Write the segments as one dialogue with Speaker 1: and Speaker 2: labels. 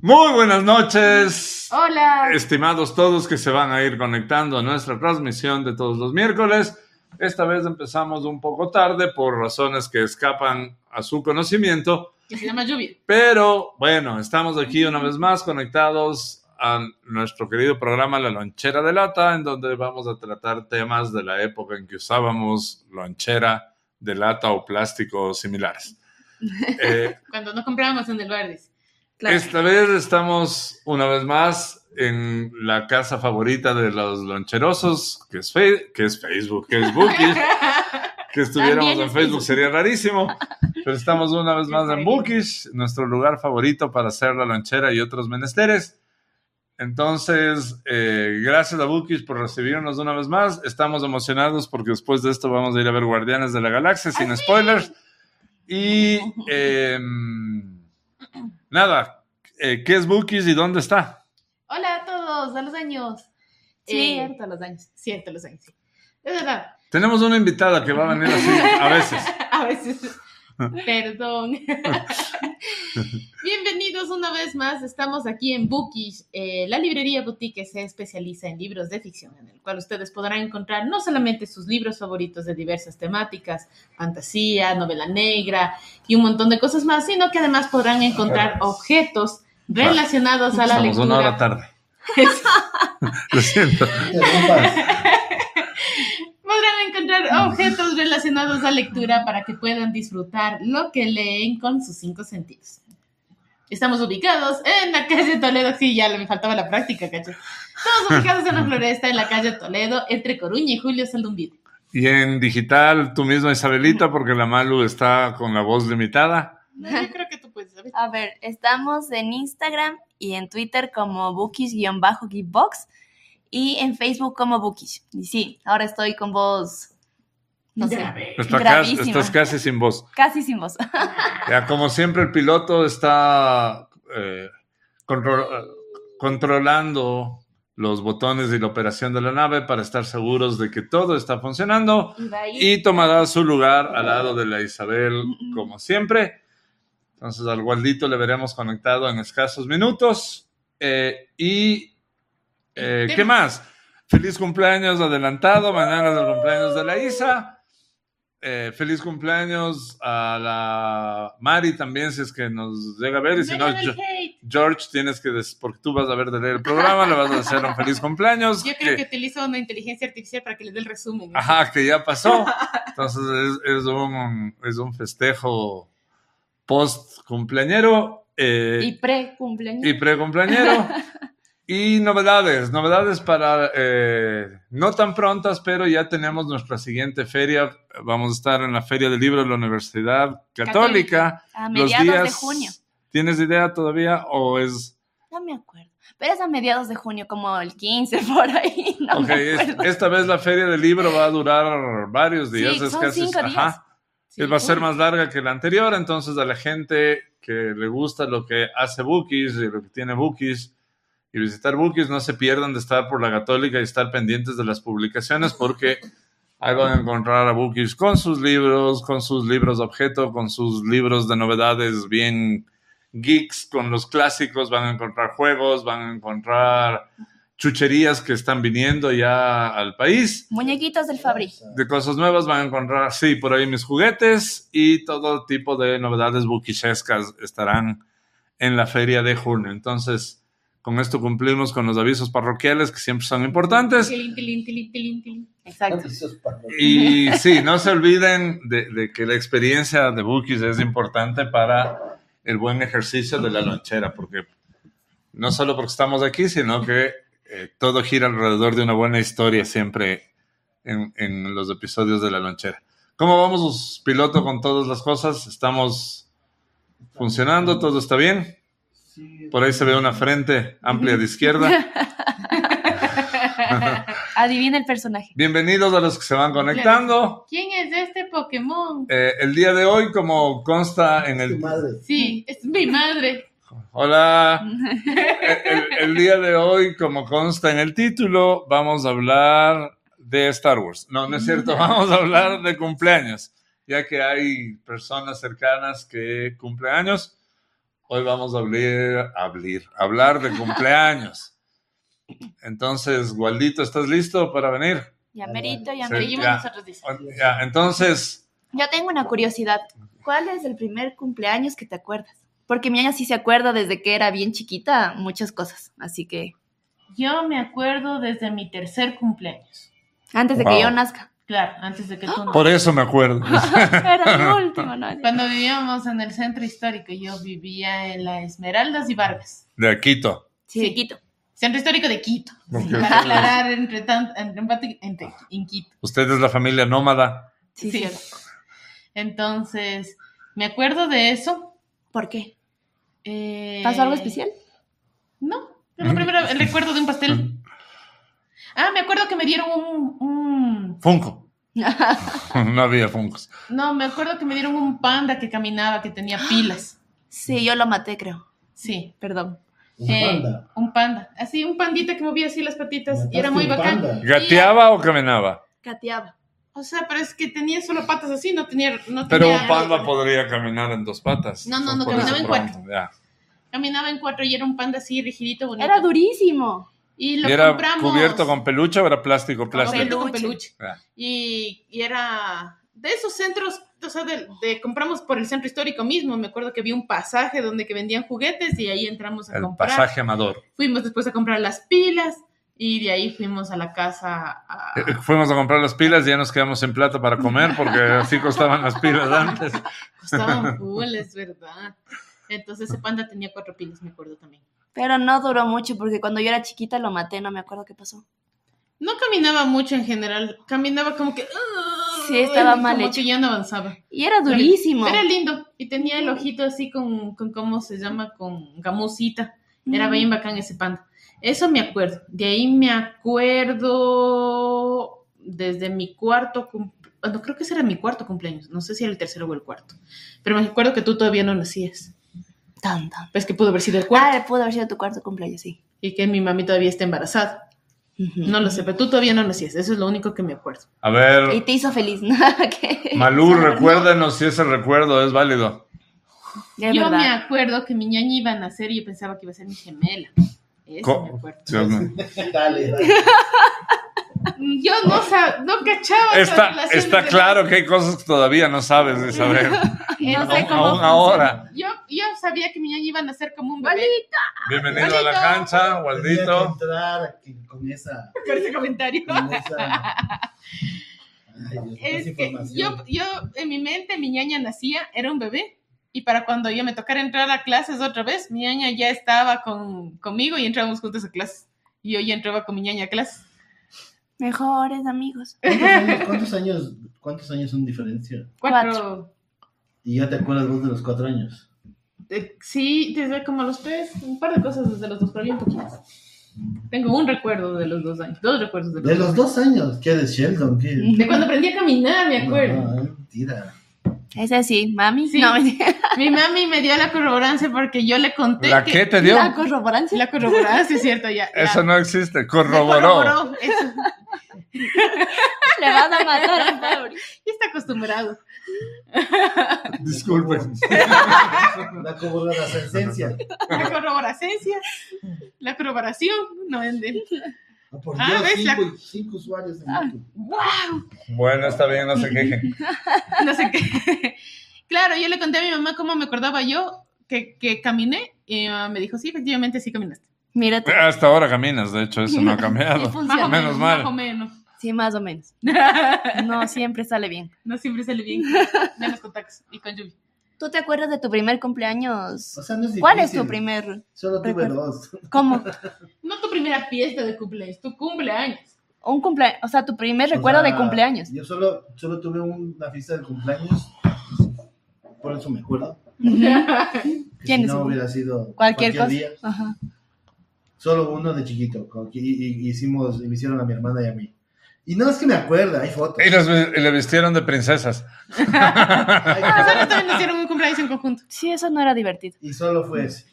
Speaker 1: Muy buenas noches.
Speaker 2: Hola.
Speaker 1: Estimados todos que se van a ir conectando a nuestra transmisión de todos los miércoles. Esta vez empezamos un poco tarde por razones que escapan a su conocimiento,
Speaker 2: Que se llama lluvia.
Speaker 1: pero bueno, estamos aquí una vez más conectados a nuestro querido programa La Lonchera de Lata, en donde vamos a tratar temas de la época en que usábamos lonchera de lata o plástico o similares. Eh,
Speaker 2: Cuando no comprábamos en el bar, dice.
Speaker 1: Esta vez estamos una vez más en la casa favorita de los loncherosos, que es, Fe- que es Facebook, que es Bookie. Que estuviéramos
Speaker 2: También
Speaker 1: en
Speaker 2: es
Speaker 1: Facebook
Speaker 2: Facebook.
Speaker 1: sería rarísimo, pero estamos una vez más en Bookish, nuestro lugar favorito para hacer la lonchera y otros menesteres. Entonces, eh, gracias a Bookish por recibirnos una vez más. Estamos emocionados porque después de esto vamos a ir a ver Guardianes de la Galaxia sin
Speaker 2: Ah,
Speaker 1: spoilers. Y em, nada, eh, ¿qué es Bookish y dónde está?
Speaker 2: Hola a todos, a los años.
Speaker 3: Sí.
Speaker 2: Cierto, a los años. Cierto, a los años. sí. Es verdad.
Speaker 1: Tenemos una invitada que va a venir así a veces.
Speaker 2: A veces. Perdón. Bienvenidos una vez más. Estamos aquí en Bookish, eh, la librería boutique que se especializa en libros de ficción, en el cual ustedes podrán encontrar no solamente sus libros favoritos de diversas temáticas, fantasía, novela negra y un montón de cosas más, sino que además podrán encontrar objetos relacionados a la
Speaker 1: Estamos
Speaker 2: lectura.
Speaker 1: una hora tarde. Lo siento.
Speaker 2: Podrán encontrar objetos relacionados a lectura para que puedan disfrutar lo que leen con sus cinco sentidos. Estamos ubicados en la calle Toledo. Sí, ya me faltaba la práctica, cacho. Estamos ubicados en la floresta, en la calle Toledo, entre Coruña y Julio Saldumbide.
Speaker 1: Y en digital, tú misma, Isabelita, porque la Malu está con la voz limitada.
Speaker 2: No, yo creo que tú puedes saber.
Speaker 3: A ver, estamos en Instagram y en Twitter como bookies-geekbox y en Facebook como bookies. Y sí, ahora estoy con voz, no sé,
Speaker 1: Está casi-
Speaker 3: Gravísima.
Speaker 1: estás casi sin voz.
Speaker 3: casi sin voz.
Speaker 1: Ya, como siempre, el piloto está eh, contro- eh, controlando los botones y la operación de la nave para estar seguros de que todo está funcionando. y tomará su lugar al lado de la Isabel, como siempre. Entonces, al Waldito le veremos conectado en escasos minutos. Eh, y, eh, ¿qué más? Feliz cumpleaños adelantado, mañana es el cumpleaños de la Isa. Eh, feliz cumpleaños a la Mari también, si es que nos llega a ver. Y si no,
Speaker 2: Vengan al
Speaker 1: Gio-
Speaker 2: hate.
Speaker 1: George, tienes que, des- porque tú vas a ver de leer el programa, le vas a hacer un feliz cumpleaños.
Speaker 2: Yo
Speaker 1: pues que-
Speaker 2: creo que utilizo una inteligencia artificial para que les dé el resumen. ¿no?
Speaker 1: Ajá, que ya pasó. Entonces es, es un, es un festejo post cumpleañero
Speaker 3: Y pre-cumpleaños.
Speaker 1: eh, y pre cumpleañero. Y novedades, novedades para eh, no tan prontas, pero ya tenemos nuestra siguiente feria. Vamos a estar en la Feria del Libro de la Universidad Católica.
Speaker 3: A
Speaker 1: los
Speaker 3: mediados
Speaker 1: días-
Speaker 3: de junio.
Speaker 1: ¿Tienes idea todavía o es...?
Speaker 3: No me acuerdo. Pero es a mediados de junio, como el 15 por ahí. No
Speaker 1: ok,
Speaker 3: me
Speaker 1: es-
Speaker 3: acuerdo.
Speaker 1: esta vez la Feria del Libro va a durar varios
Speaker 3: Sí,
Speaker 1: días. es
Speaker 3: son
Speaker 1: casi-
Speaker 3: cinco días.
Speaker 1: ajá.
Speaker 2: Sí,
Speaker 1: va a ser
Speaker 2: uy.
Speaker 1: más larga que la anterior, entonces a la gente que le gusta lo que hace Bookies y lo que tiene Bookies y visitar Bookies, no se pierdan de estar por la Católica y estar pendientes de las publicaciones porque ahí van a encontrar a Bookies con sus libros, con sus libros objeto, con sus libros de novedades bien geeks, con los clásicos, van a encontrar juegos, van a encontrar chucherías que están viniendo ya al país
Speaker 3: Muñequitos del Fabri.
Speaker 1: de cosas nuevas van a encontrar, sí, por ahí mis juguetes y todo tipo de novedades buquichescas estarán en la feria de junio. Entonces, con esto cumplimos con los avisos parroquiales que siempre son importantes.
Speaker 2: Tilín, tilín, tilín, tilín, tilín.
Speaker 3: Exacto.
Speaker 1: Y sí, no se olviden de, de que la experiencia de Bookies es importante para el buen ejercicio de la lonchera, porque no solo porque estamos aquí, sino que eh, todo gira alrededor de una buena historia siempre en, en los episodios de la lonchera. ¿Cómo vamos, piloto, con todas las cosas? ¿Estamos funcionando? ¿Todo está bien? Por ahí se ve una frente amplia de izquierda.
Speaker 3: Adivina el personaje.
Speaker 1: Bienvenidos a los que se van conectando.
Speaker 2: ¿Quién es este Pokémon?
Speaker 1: Eh, el día de hoy, como consta en el...
Speaker 2: Sí, es mi madre.
Speaker 1: Hola. El, el día de hoy, como consta en el título, vamos a hablar de Star Wars. No, no es cierto, vamos a hablar de cumpleaños, ya que hay personas cercanas que cumpleaños. Hoy vamos a hablar, hablar, hablar de cumpleaños. Entonces, Gualdito, ¿estás listo para venir?
Speaker 3: Ya merito, ya
Speaker 1: Sí,
Speaker 3: merito.
Speaker 2: Seguimos
Speaker 1: ya.
Speaker 2: nosotros, dice.
Speaker 1: Ya, entonces,
Speaker 3: Yo tengo una curiosidad. ¿Cuál es el primer cumpleaños que te acuerdas? Porque mi aña sí se acuerda desde que era bien chiquita muchas cosas. Así que
Speaker 2: Yo me acuerdo desde mi tercer cumpleaños.
Speaker 3: antes de
Speaker 1: Wow.
Speaker 3: que yo nazca.
Speaker 2: Claro, antes de que tú no.
Speaker 1: por eso me acuerdo.
Speaker 3: era mi último, ¿no?
Speaker 2: Cuando vivíamos en el centro histórico, yo vivía en la Esmeraldas y Vargas.
Speaker 1: De Quito.
Speaker 3: Sí,
Speaker 2: Sí.
Speaker 3: de Quito.
Speaker 2: Centro histórico de Quito.
Speaker 1: Ok.
Speaker 2: Para aclarar, entre tanto, entre, en- entre- en Quito.
Speaker 1: Usted es la familia nómada.
Speaker 3: Sí,
Speaker 2: Sí.
Speaker 3: cierto.
Speaker 2: Entonces, me acuerdo de eso.
Speaker 3: ¿Por qué?
Speaker 2: Eh,
Speaker 3: ¿Pasó algo especial?
Speaker 2: No, es lo primero, el recuerdo de un pastel. Ah, me acuerdo que me dieron un, un-
Speaker 1: Funko. no había Funkos.
Speaker 2: No, me acuerdo que me dieron un panda que caminaba, que tenía
Speaker 3: ¡Ah!
Speaker 2: pilas.
Speaker 3: Sí, yo lo maté, creo.
Speaker 2: Sí.
Speaker 3: Perdón.
Speaker 4: Un
Speaker 2: Eh,
Speaker 4: panda.
Speaker 2: Un panda. Así, un pandita que movía así las patitas y
Speaker 4: Mataste
Speaker 2: era muy
Speaker 4: un
Speaker 2: bacán.
Speaker 4: panda.
Speaker 1: ¿Gateaba o caminaba?
Speaker 3: Cateaba.
Speaker 2: O sea, pero es que tenía solo patas así, no tenía. No
Speaker 1: Pero
Speaker 2: tenía
Speaker 1: un panda podría caminar en dos patas.
Speaker 2: No, no, no,
Speaker 1: Por eso
Speaker 2: caminaba en
Speaker 1: pregunto, ya.
Speaker 2: Caminaba en cuatro y era un panda así, rigidito, bonito.
Speaker 3: Era durísimo.
Speaker 2: y lo
Speaker 1: ¿Y era
Speaker 2: compramos.
Speaker 1: cubierto con peluche o era plástico,
Speaker 2: con
Speaker 1: plástico?
Speaker 2: peluche. con
Speaker 3: Peluche.
Speaker 2: peluche.
Speaker 1: Ah.
Speaker 2: Y, y era de esos centros, o sea, de, de- compramos por el centro histórico mismo. Me acuerdo que vi un pasaje donde que vendían juguetes y ahí entramos a
Speaker 1: El
Speaker 2: comprar.
Speaker 1: pasaje amador.
Speaker 2: Fuimos después a comprar las pilas y de ahí fuimos a la casa. a-
Speaker 1: Eh, Fuimos a comprar las pilas y ya nos quedamos sin plata para comer porque así costaban las pilas antes.
Speaker 2: Costaban full, es verdad. Entonces ese panda tenía cuatro pilas, me acuerdo también.
Speaker 3: Pero no duró mucho porque cuando yo era chiquita lo maté, no me acuerdo qué pasó.
Speaker 2: No caminaba mucho en general, caminaba como que... "Ah",
Speaker 3: Sí, estaba
Speaker 2: y
Speaker 3: mal
Speaker 2: como
Speaker 3: hecho.
Speaker 2: que ya no avanzaba.
Speaker 3: Y era durísimo.
Speaker 2: Era lindo y tenía el ojito así con, con ¿cómo se llama? Con gamusita. Era
Speaker 3: Mm.
Speaker 2: bien bacán ese panda. Eso me acuerdo. De ahí me acuerdo desde mi cuarto cum- bueno, creo que ese era mi cuarto cumpleaños. No sé si era el tercero o el cuarto. Pero me acuerdo que tú todavía no nacías.
Speaker 3: Tan, tan.
Speaker 2: Pues que pudo haber sido el cuarto.
Speaker 3: Ah, pudo haber sido tu cuarto cumpleaños, sí.
Speaker 2: Y que mi mami todavía está embarazada. No lo sé, pero tú todavía no nacías. Eso es lo único que me acuerdo.
Speaker 1: A
Speaker 3: Y
Speaker 1: ver,
Speaker 3: te hizo feliz. ¿no? Que-
Speaker 1: Malú, recuérdanos si ese recuerdo es válido.
Speaker 3: Es
Speaker 2: yo
Speaker 3: verdad.
Speaker 2: me acuerdo que mi ñaña iba a nacer y yo pensaba que iba a ser mi gemela. Eso
Speaker 1: Co-
Speaker 2: me acuerdo.
Speaker 1: Dios mío.
Speaker 4: Dale, dale.
Speaker 2: Yo no, sa- no cachaba. esa
Speaker 1: Está,
Speaker 2: relación
Speaker 1: está
Speaker 2: de-
Speaker 1: claro que hay cosas que todavía no sabes de saber.
Speaker 2: No sé
Speaker 1: Aún,
Speaker 2: cómo
Speaker 1: aún
Speaker 2: funciona.
Speaker 1: ahora.
Speaker 2: Yo, yo sabía que mi ñaña iba a nacer como un bebé.
Speaker 3: Oli,
Speaker 1: Bienvenido a la
Speaker 2: Maldito.
Speaker 1: cancha,
Speaker 4: Tenía que
Speaker 1: Waldito.
Speaker 4: entrar aquí con esa.
Speaker 2: Con ese comentario.
Speaker 4: Con esa. Ay, Dios,
Speaker 2: Es
Speaker 4: esa
Speaker 2: que yo,
Speaker 4: información.
Speaker 2: yo, en mi mente, mi ñaña nacía, era un bebé. Y para cuando yo me tocara entrar a clases otra vez, mi ñaña ya estaba con, conmigo y entrábamos juntos a clases. Y yo ya entraba con mi ñaña a clases.
Speaker 3: Mejores amigos.
Speaker 4: ¿Cuántos años, cuántos, años, ¿Cuántos años son diferencia?
Speaker 2: Cuatro.
Speaker 4: Y ya te acuerdas vos de los cuatro años.
Speaker 2: Eh, sí, desde como los tres, un par de cosas desde los dos, pero bien poquitas. Tengo un recuerdo de los dos años, dos recuerdos de los
Speaker 4: De los dos años. ¿Qué de Sheldon? ¿Qué?
Speaker 2: De cuando aprendí a caminar, me acuerdo.
Speaker 4: No, es mentira.
Speaker 3: Ese sí, mami.
Speaker 2: Sí.
Speaker 3: No, mentira.
Speaker 2: Mi mami me dio la corroborancia porque yo le conté.
Speaker 1: ¿La
Speaker 2: que-
Speaker 1: qué te dio?
Speaker 3: La corroborancia.
Speaker 2: La corroborancia, es cierto, ya. ya.
Speaker 1: Eso no existe,
Speaker 2: Me
Speaker 1: corroboró.
Speaker 2: corroboró, eso.
Speaker 3: Le van a matar al pobre.
Speaker 2: Ya está acostumbrado.
Speaker 1: Disculpen.
Speaker 4: La cobra de la sentencia.
Speaker 2: La corroboracencia, la corroboración, no vende.
Speaker 4: Ah, Por
Speaker 2: Ah,
Speaker 4: Dios,
Speaker 2: ves,
Speaker 4: cinco, cinco usuarios en YouTube.
Speaker 1: Bueno, está bien, no se quejen.
Speaker 2: No sé qué. Claro, yo le conté a mi mamá cómo me acordaba yo que, que caminé y mi mamá me dijo, sí, efectivamente, sí caminaste.
Speaker 3: Mírate.
Speaker 1: Hasta ahora caminas, de hecho, eso no ha
Speaker 3: Sí,
Speaker 1: cambiado.
Speaker 2: Más o
Speaker 3: funciona.
Speaker 1: Menos
Speaker 2: menos,
Speaker 1: mal.
Speaker 2: más o menos.
Speaker 3: Sí, más o menos. No, siempre sale bien.
Speaker 2: No siempre sale bien, menos con tacos y con lluvia.
Speaker 3: ¿Tú te acuerdas de tu primer cumpleaños?
Speaker 4: O
Speaker 1: Pues,
Speaker 4: sea, no es
Speaker 3: ¿Cuál es
Speaker 4: difícil.
Speaker 3: tu primer?
Speaker 4: Solo tuve
Speaker 3: recuerdo?
Speaker 4: dos.
Speaker 3: ¿Cómo?
Speaker 2: No tu primera fiesta de cumpleaños, tu cumpleaños.
Speaker 3: Un cumpleaños. O sea, tu primer recuerdo
Speaker 4: O sea,
Speaker 3: de cumpleaños.
Speaker 4: Yo solo, solo tuve una fiesta de cumpleaños, por eso me acuerdo. que
Speaker 3: ¿Quién
Speaker 4: si
Speaker 3: es
Speaker 4: no
Speaker 3: un-
Speaker 4: hubiera sido
Speaker 3: Cualquier cosa.
Speaker 4: día.
Speaker 3: Ajá.
Speaker 4: Solo uno de chiquito, con- y, y- y hicimos, y me hicieron a mi hermana y a mí. Y no es que me acuerda, hay fotos.
Speaker 1: Y, los- y le vistieron de princesas.
Speaker 4: Hay
Speaker 2: Nosotros
Speaker 4: fotos.
Speaker 2: también nos hicieron un cumpleaños en conjunto.
Speaker 3: Sí, eso no era divertido.
Speaker 4: y solo fue eso.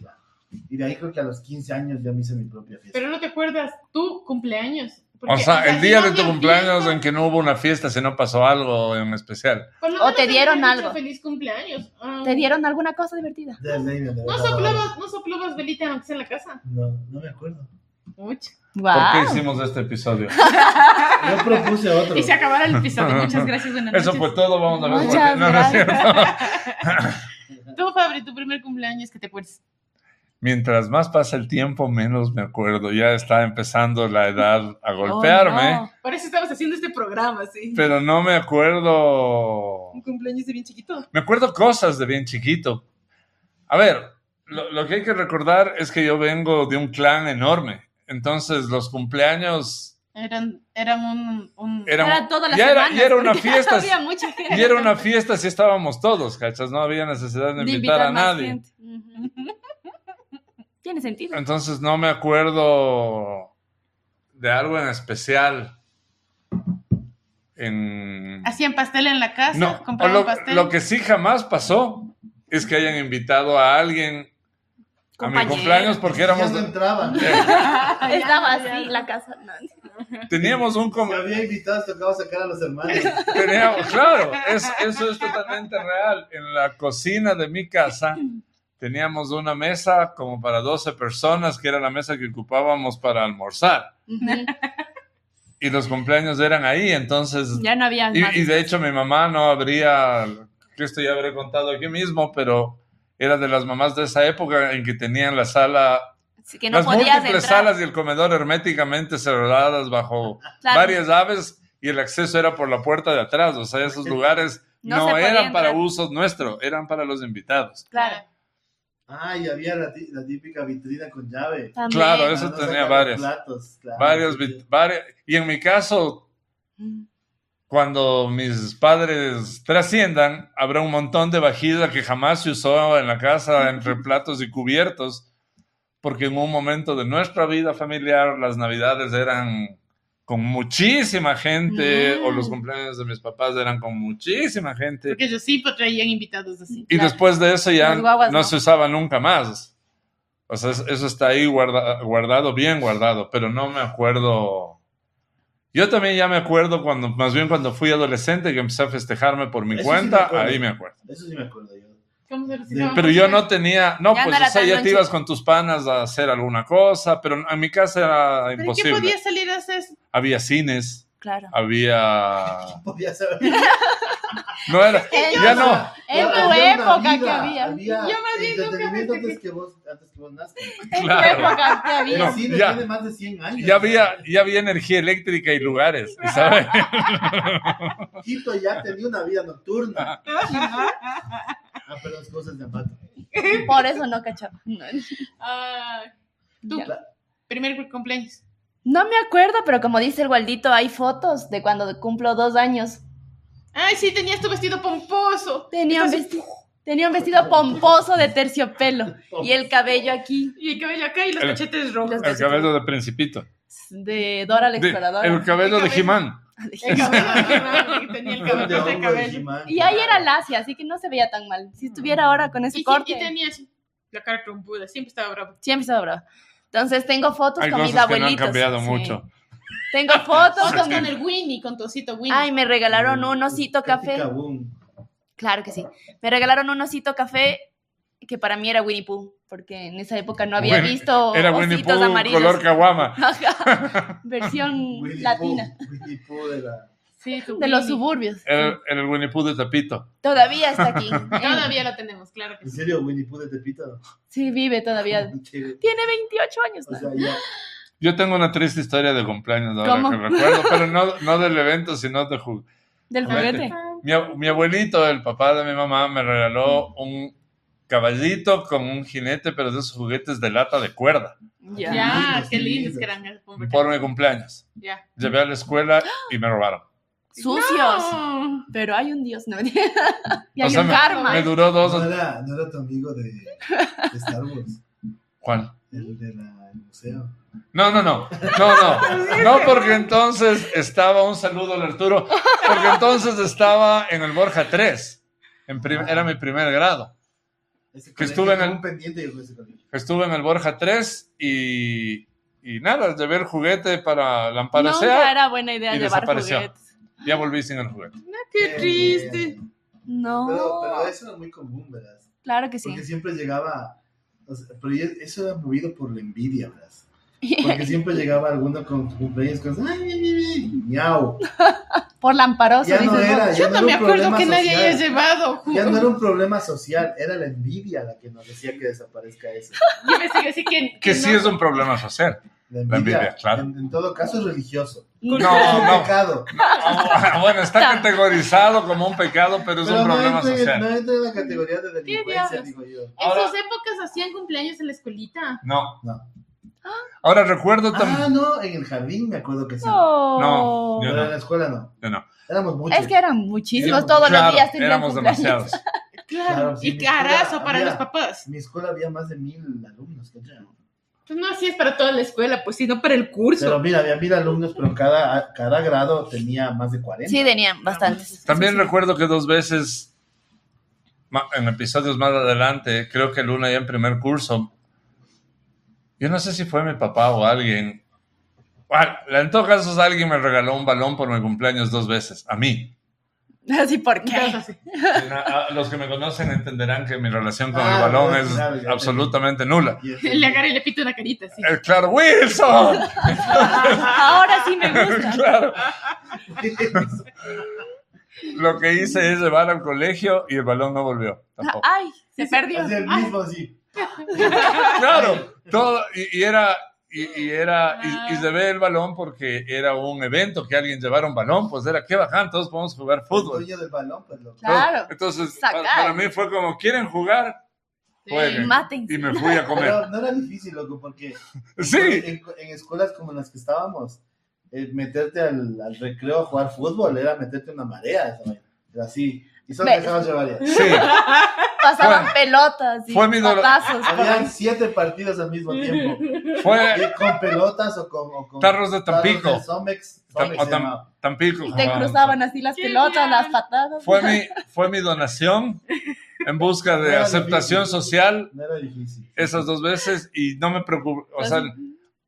Speaker 4: Y de ahí creo que a los 15 años ya me hice mi propia fiesta.
Speaker 2: Pero no te acuerdas tu cumpleaños,
Speaker 1: O
Speaker 2: Porque,
Speaker 1: sea, el
Speaker 2: si
Speaker 1: día
Speaker 2: no
Speaker 1: de tu
Speaker 2: te
Speaker 1: cumpleaños
Speaker 2: fiesta,
Speaker 1: en que no hubo una fiesta, si no pasó algo en especial.
Speaker 2: por lo
Speaker 3: o
Speaker 2: menos
Speaker 3: te
Speaker 2: me
Speaker 3: dieron
Speaker 2: hubieran dicho
Speaker 3: algo.
Speaker 2: Feliz cumpleaños. Ah,
Speaker 3: ¿Te dieron alguna cosa divertida?
Speaker 4: Desde ahí me
Speaker 2: ¿No
Speaker 4: acordaba.
Speaker 2: soplabas, no soplabas velita aunque sea en la casa?
Speaker 4: No, no me acuerdo.
Speaker 2: Mucho.
Speaker 3: ¡Wow!
Speaker 1: ¿Por qué hicimos este episodio?
Speaker 4: Yo propuse otro.
Speaker 2: Y se acabará el episodio. Muchas gracias, buenas noches.
Speaker 1: Eso fue todo, vamos a ver. por qué.
Speaker 3: Muchas
Speaker 1: No, no es
Speaker 3: gracias.
Speaker 1: cierto.
Speaker 2: Tú, Fabri, tu primer cumpleaños que te acuerdes.
Speaker 1: Mientras más pasa el tiempo, menos me acuerdo. Ya está empezando la edad a golpearme,
Speaker 3: Oh, no.
Speaker 2: Por eso estamos haciendo este programa, sí.
Speaker 1: pero no me acuerdo.
Speaker 2: Un cumpleaños de bien chiquito.
Speaker 1: Me acuerdo cosas de bien chiquito. A ver, lo, lo que hay que recordar es que yo vengo de un clan enorme. Entonces, los cumpleaños
Speaker 2: Eran, eran un, un...
Speaker 1: eran.
Speaker 3: Era toda la
Speaker 1: ya, era,
Speaker 3: semana,
Speaker 1: ya era una
Speaker 3: porque
Speaker 1: fiesta.
Speaker 3: Había mucha gente.
Speaker 1: Y era una fiesta si estábamos todos, cachas. No había necesidad de
Speaker 3: De
Speaker 1: invitar a
Speaker 3: más
Speaker 1: nadie.
Speaker 3: gente. Ujú. Tiene sentido.
Speaker 1: Entonces no me acuerdo de algo en especial. En...
Speaker 2: Hacían pastel en la casa,
Speaker 1: No, o
Speaker 2: compraban
Speaker 1: lo,
Speaker 2: pastel.
Speaker 1: lo que sí jamás pasó es que hayan invitado a alguien a mi
Speaker 3: Compañero. Ah,
Speaker 1: cumpleaños porque éramos...
Speaker 4: Ya no entraban.
Speaker 3: Estaba así la casa. No,
Speaker 1: Teníamos un... com-
Speaker 4: Me había invitado, tocaba sacar a los hermanos.
Speaker 1: Teníamos, claro, es- eso es totalmente real. En la cocina de mi casa teníamos una mesa como para 12 personas, que era la mesa que ocupábamos para almorzar.
Speaker 3: Ujú.
Speaker 1: Y los cumpleaños eran ahí, entonces...
Speaker 3: Ya no había más.
Speaker 1: Y, y de hecho mi mamá no habría, que esto ya habré contado aquí mismo, pero era de las mamás de esa época en que tenían la sala,
Speaker 3: Así que no
Speaker 1: las
Speaker 3: podías
Speaker 1: múltiples
Speaker 3: entrar.
Speaker 1: salas y el comedor herméticamente cerradas bajo
Speaker 3: Claro.
Speaker 1: varias aves y el acceso era por la puerta de atrás. O sea, esos lugares
Speaker 3: No
Speaker 1: no,
Speaker 3: se podía
Speaker 1: eran para
Speaker 3: entrar.
Speaker 1: uso nuestro, eran para los invitados.
Speaker 3: Claro.
Speaker 4: Ay, Ah, había la, ti- la típica vitrina con llave.
Speaker 3: También.
Speaker 1: Claro, ¿eh? eso
Speaker 4: Para no
Speaker 1: tenía
Speaker 4: sacar los
Speaker 1: varias.
Speaker 4: platos, claro.
Speaker 1: Varios, vi- vari- y en mi caso, cuando mis padres trasciendan, habrá un montón de vajilla que jamás se usó en la casa entre platos y cubiertos, porque en un momento de nuestra vida familiar las navidades eran con muchísima gente
Speaker 3: Mm.
Speaker 1: o los cumpleaños de mis papás eran con muchísima gente.
Speaker 2: Porque ellos sí traían invitados así.
Speaker 1: Y
Speaker 3: Claro.
Speaker 1: después de eso ya
Speaker 3: Las guaguas
Speaker 1: no,
Speaker 3: no.
Speaker 1: se usaba nunca más. O sea, es- eso está ahí guarda- guardado, bien guardado, pero no me acuerdo. Yo también ya me acuerdo cuando, más bien cuando fui adolescente, que empecé a festejarme por mi
Speaker 4: Eso sí me
Speaker 1: cuenta,
Speaker 4: acuerdo.
Speaker 1: ahí me acuerdo.
Speaker 4: Eso sí me acuerdo yo.
Speaker 2: ¿Cómo se
Speaker 4: Sí,
Speaker 2: recibió?
Speaker 1: Pero yo no tenía, no,
Speaker 3: Ah, pues Ya no
Speaker 1: pues,
Speaker 3: era
Speaker 1: o sea,
Speaker 3: tan
Speaker 1: ya te
Speaker 3: manchito.
Speaker 1: ibas con tus panas a hacer alguna cosa, pero en mi casa era
Speaker 2: ¿Pero qué
Speaker 1: imposible.
Speaker 2: podía salir a hacer?
Speaker 1: Había cines,
Speaker 3: Claro.
Speaker 1: había...
Speaker 4: Podía saber.
Speaker 1: No era,
Speaker 3: yo
Speaker 1: ya
Speaker 4: no-
Speaker 1: no,
Speaker 3: En
Speaker 4: No,
Speaker 3: tu
Speaker 4: había una
Speaker 3: época
Speaker 4: vida,
Speaker 3: que
Speaker 2: Yo
Speaker 3: había.
Speaker 2: más bien nunca
Speaker 4: entretenimiento
Speaker 2: pensé
Speaker 4: antes que vos, antes que vos nazcas.
Speaker 3: En
Speaker 1: Claro.
Speaker 3: tu
Speaker 2: Ah,
Speaker 3: época que
Speaker 4: El
Speaker 3: había.
Speaker 1: Ah, No,
Speaker 4: cine
Speaker 1: ya.
Speaker 4: tiene más de 100 años.
Speaker 1: ya había, ya había energía eléctrica y lugares, ¿sabes?
Speaker 4: Quito ya tenía una vida nocturna. Ah, pero las cosas de apato.
Speaker 3: Por eso no cachaba.
Speaker 2: Ah, tú,
Speaker 3: Ya.
Speaker 2: primer cumpleaños.
Speaker 3: No me acuerdo, pero como dice el Waldito, hay fotos de cuando cumplo dos años.
Speaker 2: Ay, sí, tenías tu vestido pomposo.
Speaker 3: Tenía un, vesti- tenía un vestido pomposo de terciopelo y el cabello aquí
Speaker 2: Y el cabello acá y los
Speaker 1: El-
Speaker 2: cachetes rojos.
Speaker 1: El cabello de Principito.
Speaker 3: de Dora la
Speaker 1: De-
Speaker 3: Exploradora.
Speaker 1: el cabello de
Speaker 2: cabello.
Speaker 1: Jimán.
Speaker 2: El cabello, que tenía el
Speaker 4: De
Speaker 2: cabello de
Speaker 4: hongo de
Speaker 2: cabello.
Speaker 4: He-Man.
Speaker 3: Y ahí era lacia, así que no se veía tan mal. Si estuviera ahora con
Speaker 2: Y,
Speaker 3: ese
Speaker 2: sí,
Speaker 3: corte,
Speaker 2: y tenía así la cara trompuda, siempre estaba bravo.
Speaker 3: siempre se bravo. Entonces tengo fotos
Speaker 1: Hay
Speaker 3: con mis
Speaker 1: cosas que no han
Speaker 3: abuelitos.
Speaker 1: cambiado
Speaker 3: sí.
Speaker 1: mucho.
Speaker 3: Tengo fotos
Speaker 2: Fotos
Speaker 3: con
Speaker 2: con
Speaker 3: mi...
Speaker 2: el Winnie, con tu osito Winnie.
Speaker 3: Ay, me
Speaker 2: Mm,
Speaker 3: regalaron un osito café.
Speaker 4: Cabum.
Speaker 3: Claro que sí. Me regalaron un osito café que para mí era Winnie Pooh, porque en esa época no había
Speaker 1: Bueno,
Speaker 3: visto
Speaker 1: Era Winnie
Speaker 3: ositos
Speaker 1: Pooh,
Speaker 3: amarillos.
Speaker 1: color caguama.
Speaker 3: Ajá. Versión
Speaker 4: Winnie
Speaker 3: latina.
Speaker 4: Pooh, Winnie Pooh de la.
Speaker 2: sí, tu
Speaker 3: De los
Speaker 2: Winnie.
Speaker 3: suburbios.
Speaker 1: Era, era el Winnie Pooh de Tapito.
Speaker 3: Todavía está aquí.
Speaker 2: Todavía lo tenemos, claro que
Speaker 4: ¿En
Speaker 2: sí.
Speaker 4: serio, Winnie Pooh de Tepito?
Speaker 3: Sí, vive todavía.
Speaker 4: Qué-
Speaker 3: Tiene 28 años.
Speaker 4: O
Speaker 3: ¿no?
Speaker 4: sea, ya.
Speaker 1: Yo tengo una triste historia de cumpleaños ahora
Speaker 3: ¿Cómo?
Speaker 1: que recuerdo, pero no, no del evento, sino de ju-
Speaker 3: Del
Speaker 1: Juguete.
Speaker 3: juguete.
Speaker 1: mi, ab- mi abuelito, el papá de mi mamá, me regaló un caballito con un jinete, pero de esos juguetes de lata de cuerda
Speaker 3: Ya.
Speaker 2: Ya,
Speaker 4: Lindos,
Speaker 2: qué lindos
Speaker 4: lindos.
Speaker 2: que eran. esos pomposos.
Speaker 1: por mi cumpleaños.
Speaker 2: Ya.
Speaker 1: Llevé a la escuela y me robaron.
Speaker 3: Sucios.
Speaker 2: No.
Speaker 3: Pero hay un Dios, ¿no? y
Speaker 1: O
Speaker 3: hay
Speaker 1: sea,
Speaker 3: un karma.
Speaker 1: Me duró dos.
Speaker 4: No era, no era tu amigo de, de Star Wars,
Speaker 1: Juan.
Speaker 4: el de la- el museo.
Speaker 1: No, no, no, no, no, no, porque entonces estaba, un saludo al Arturo, porque entonces estaba en el Borja 3, en
Speaker 4: Ah.
Speaker 1: prim- era mi primer grado.
Speaker 4: Ese
Speaker 1: Que
Speaker 4: colegio
Speaker 1: estuve en
Speaker 4: tuvo
Speaker 1: el-
Speaker 4: un pendiente y yo con ese colegio.
Speaker 1: Estuve en el Borja 3 y y nada, llevé el juguete para
Speaker 3: Nunca
Speaker 1: lamparasear.
Speaker 3: era buena idea
Speaker 1: y
Speaker 3: llevar
Speaker 1: desapareció.
Speaker 3: juguetes.
Speaker 1: Ya volví sin el juguete.
Speaker 2: Qué
Speaker 4: Bien,
Speaker 2: triste.
Speaker 4: bien.
Speaker 3: No,
Speaker 4: Eh, Pero, pero eso era muy común, ¿verdad?
Speaker 3: claro que sí.
Speaker 4: Porque siempre llegaba. o sea, pero ya- eso era movido por la envidia, ¿verdad? Porque siempre llegaba alguno con su cumpleaños con. ¡Ay, mi, mi, mi! ¡Miau!
Speaker 3: Por lamparoso,
Speaker 4: Ya no
Speaker 3: dices vos.
Speaker 4: era. Ya
Speaker 2: Yo
Speaker 4: no
Speaker 2: no
Speaker 4: era
Speaker 2: me
Speaker 4: un
Speaker 2: acuerdo
Speaker 4: problema
Speaker 2: que nadie
Speaker 4: social.
Speaker 2: haya llevado
Speaker 4: Ya no
Speaker 2: jugo.
Speaker 4: era un problema social, era la envidia la que nos decía que desaparezca eso.
Speaker 2: Yo pensé que sí que.
Speaker 1: Que sí es un problema social.
Speaker 4: La
Speaker 1: envidia,
Speaker 4: envidia,
Speaker 1: claro.
Speaker 4: en, en todo caso, es religioso.
Speaker 1: No,
Speaker 4: Es un
Speaker 1: no.
Speaker 4: pecado.
Speaker 3: Ah,
Speaker 1: Bueno, está categorizado como un pecado, pero es
Speaker 4: Pero
Speaker 1: un
Speaker 4: no
Speaker 1: problema
Speaker 4: entra,
Speaker 1: social.
Speaker 4: no entra en la categoría de delincuencia,
Speaker 2: diablos?
Speaker 4: digo yo.
Speaker 2: ¿En
Speaker 1: Ahora-
Speaker 2: sus épocas hacían cumpleaños en la escuelita?
Speaker 1: No.
Speaker 4: No.
Speaker 3: Ah.
Speaker 1: Ahora recuerdo
Speaker 4: Ah,
Speaker 1: también.
Speaker 4: no, en el jardín me acuerdo que sí.
Speaker 1: No, yo
Speaker 4: Pero
Speaker 1: no.
Speaker 4: en la escuela no.
Speaker 1: Yo no.
Speaker 4: Éramos muchos.
Speaker 3: Es que eran muchísimos,
Speaker 4: Éramos-
Speaker 3: todos
Speaker 1: Claro,
Speaker 3: los días tenían
Speaker 1: éramos
Speaker 3: cumpleaños.
Speaker 1: demasiados.
Speaker 4: Claro, sí,
Speaker 2: y
Speaker 4: mi escuela
Speaker 2: carazo para
Speaker 4: había-
Speaker 2: los papás.
Speaker 4: En mi escuela había más de mil alumnos, ¿cachai?
Speaker 2: Pues no así es para toda la escuela, pues sino para el curso.
Speaker 4: Pero mira, había mil alumnos, pero cada, cada grado tenía más de 40.
Speaker 3: Sí, tenían bastantes.
Speaker 1: También recuerdo que dos veces, ma- en episodios más adelante, creo que Luna ya en primer curso, yo no sé si fue mi papá o alguien. Bueno, en todo caso, alguien me regaló un balón por mi cumpleaños dos veces, a mí.
Speaker 3: Así, ¿por
Speaker 2: Entonces,
Speaker 3: qué?
Speaker 2: así.
Speaker 1: Na- a- Ah, Los que me conocen entenderán que mi relación con
Speaker 4: Ah,
Speaker 1: el balón
Speaker 4: no,
Speaker 1: es
Speaker 4: claro, ya te-
Speaker 1: absolutamente nula.
Speaker 4: Y ese-
Speaker 2: Le agarra y le pita una carita, sí.
Speaker 1: El Eh, claro Wilson.
Speaker 3: Ahora sí me gusta.
Speaker 1: claro. Lo que hice es llevar al colegio y el balón no volvió. Tampoco.
Speaker 3: Ah, Ay, se perdió.
Speaker 4: Es el
Speaker 2: Ah,
Speaker 4: mismo, así.
Speaker 1: Claro, todo, y, y era, y, y era,
Speaker 3: Ah.
Speaker 1: y, y llevé el balón porque era un evento que alguien llevara un balón, pues era que bacán, todos podemos jugar
Speaker 4: El
Speaker 1: fútbol.
Speaker 4: dueño del balón, pues
Speaker 1: Oh,
Speaker 4: lo-
Speaker 3: Claro.
Speaker 1: Entonces, pa-
Speaker 3: Sacar.
Speaker 1: para, mí fue como, ¿quieren jugar? Jueguen.
Speaker 3: Mátense.
Speaker 1: Y me fui a comer.
Speaker 4: Pero no era difícil, loco, porque
Speaker 1: Sí,
Speaker 4: en, en escuelas como las que estábamos, eh, meterte al, al recreo a jugar fútbol era meterte una marea, esa vaina. Era así. Y solo
Speaker 3: Ve.
Speaker 4: dejabas llevar ya.
Speaker 1: sí.
Speaker 3: Pasaban
Speaker 1: Fue-
Speaker 3: pelotas y
Speaker 1: fue mi dolor-
Speaker 3: patazos.
Speaker 4: Habían siete partidos al mismo tiempo.
Speaker 1: Fue
Speaker 4: Y con pelotas o con, o con
Speaker 1: Tarros de Tampico.
Speaker 4: tarros de Somex. Somex
Speaker 1: o
Speaker 4: se
Speaker 1: Tam-
Speaker 4: llamaba.
Speaker 1: Tampico.
Speaker 3: Y te
Speaker 1: jugaba.
Speaker 3: cruzaban así las
Speaker 2: Qué
Speaker 3: pelotas,
Speaker 2: bien.
Speaker 3: las patadas.
Speaker 1: Fue mi, fue mi donación en busca de
Speaker 4: Era
Speaker 1: aceptación
Speaker 4: difícil.
Speaker 1: social
Speaker 4: No era difícil.
Speaker 1: esas dos veces y no me preocupé, o sea,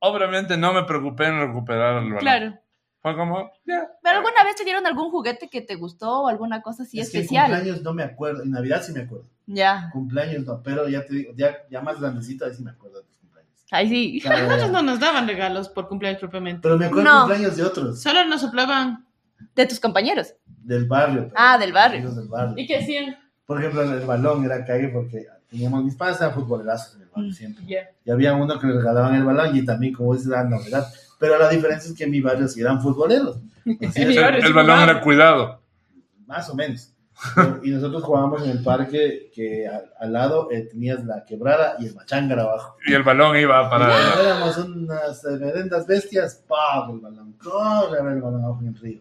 Speaker 1: obviamente no me preocupé en recuperar el balón.
Speaker 3: Claro.
Speaker 1: Fue como, ya.
Speaker 3: ¿Pero alguna vez te dieron algún juguete que te gustó o alguna cosa así
Speaker 4: Es que en
Speaker 3: especial?
Speaker 4: cumpleaños no me acuerdo. En Navidad sí me acuerdo.
Speaker 3: Ya,
Speaker 4: Cumpleaños no, pero ya te digo, ya, ya más grandecito ahí sí me acuerdo de tus cumpleaños.
Speaker 3: ahí sí.
Speaker 4: Claro,
Speaker 2: Nosotros
Speaker 4: ya.
Speaker 2: no nos daban regalos por cumpleaños propiamente.
Speaker 4: Pero me acuerdo
Speaker 3: No.
Speaker 4: de cumpleaños de otros,
Speaker 2: Solo nos soplaban.
Speaker 3: De tus compañeros.
Speaker 4: del barrio. pero-
Speaker 3: Ah, del barrio.
Speaker 4: amigos del barrio.
Speaker 2: ¿Y qué hacían?
Speaker 4: Por ejemplo, el balón era cague porque teníamos mis padres eran futbolerazos en el barrio
Speaker 3: Mm.
Speaker 4: siempre.
Speaker 2: Ya.
Speaker 4: Y había uno que le regalaban el balón y también, como dices, era novedad. Pero la diferencia es que en mi barrio sí eran futboleros. Así
Speaker 1: El,
Speaker 2: En mi
Speaker 4: era,
Speaker 2: barrio.
Speaker 1: el balón era cuidado.
Speaker 4: más o menos. Pero- Y nosotros jugábamos en el parque que al, al lado eh, tenías la quebrada y el machangar abajo.
Speaker 1: Y el balón iba para...
Speaker 4: Y éramos unas reverendas bestias, ¡pah! El balón, corre a ver el balón abajo en el río.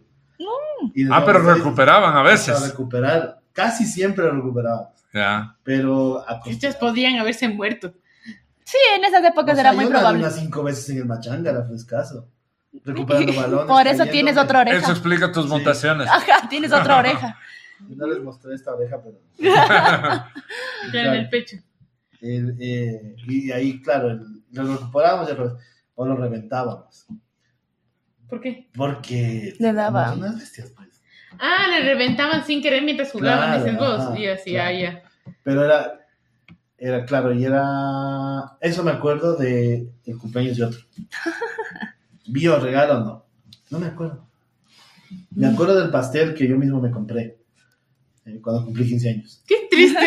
Speaker 4: Y
Speaker 1: Ah, pero
Speaker 4: nosotros-
Speaker 1: recuperaban a
Speaker 4: Para
Speaker 1: veces.
Speaker 4: recuperar, casi siempre recuperábamos,
Speaker 1: Ya.
Speaker 4: pero a
Speaker 2: Estos podían haberse muerto.
Speaker 3: Sí, en esas épocas
Speaker 4: O sea,
Speaker 3: era
Speaker 4: yo
Speaker 3: muy
Speaker 4: nadé
Speaker 3: probable.
Speaker 4: unas cinco veces en el machangara, fue escaso. Recuperando balones.
Speaker 3: Por eso
Speaker 4: cayéndome.
Speaker 3: tienes otra
Speaker 1: Eso
Speaker 3: oreja.
Speaker 1: explica tus
Speaker 4: Sí.
Speaker 1: mutaciones.
Speaker 3: Ajá, tienes otra oreja.
Speaker 4: Yo no les mostré esta oreja, pero.
Speaker 2: Ya en el pecho.
Speaker 4: el, eh, y ahí, claro, el- lo recuperábamos ya, pero- o lo reventábamos.
Speaker 2: ¿Por qué?
Speaker 4: Porque.
Speaker 3: Le daba.
Speaker 4: éramos unas bestias, pues.
Speaker 2: Ah, le reventaban sin querer mientras jugaban,
Speaker 4: Claro,
Speaker 2: dices vos.
Speaker 4: ajá,
Speaker 2: Y así,
Speaker 4: claro.
Speaker 2: ah, ya.
Speaker 4: Pero era. Era claro, y era. Eso me acuerdo de el cumpleaños de otro. ¿Vio regalo o no? No me acuerdo. Me
Speaker 3: Mm.
Speaker 4: acuerdo del pastel que yo mismo me compré eh, cuando cumplí 15 años.
Speaker 2: Qué triste.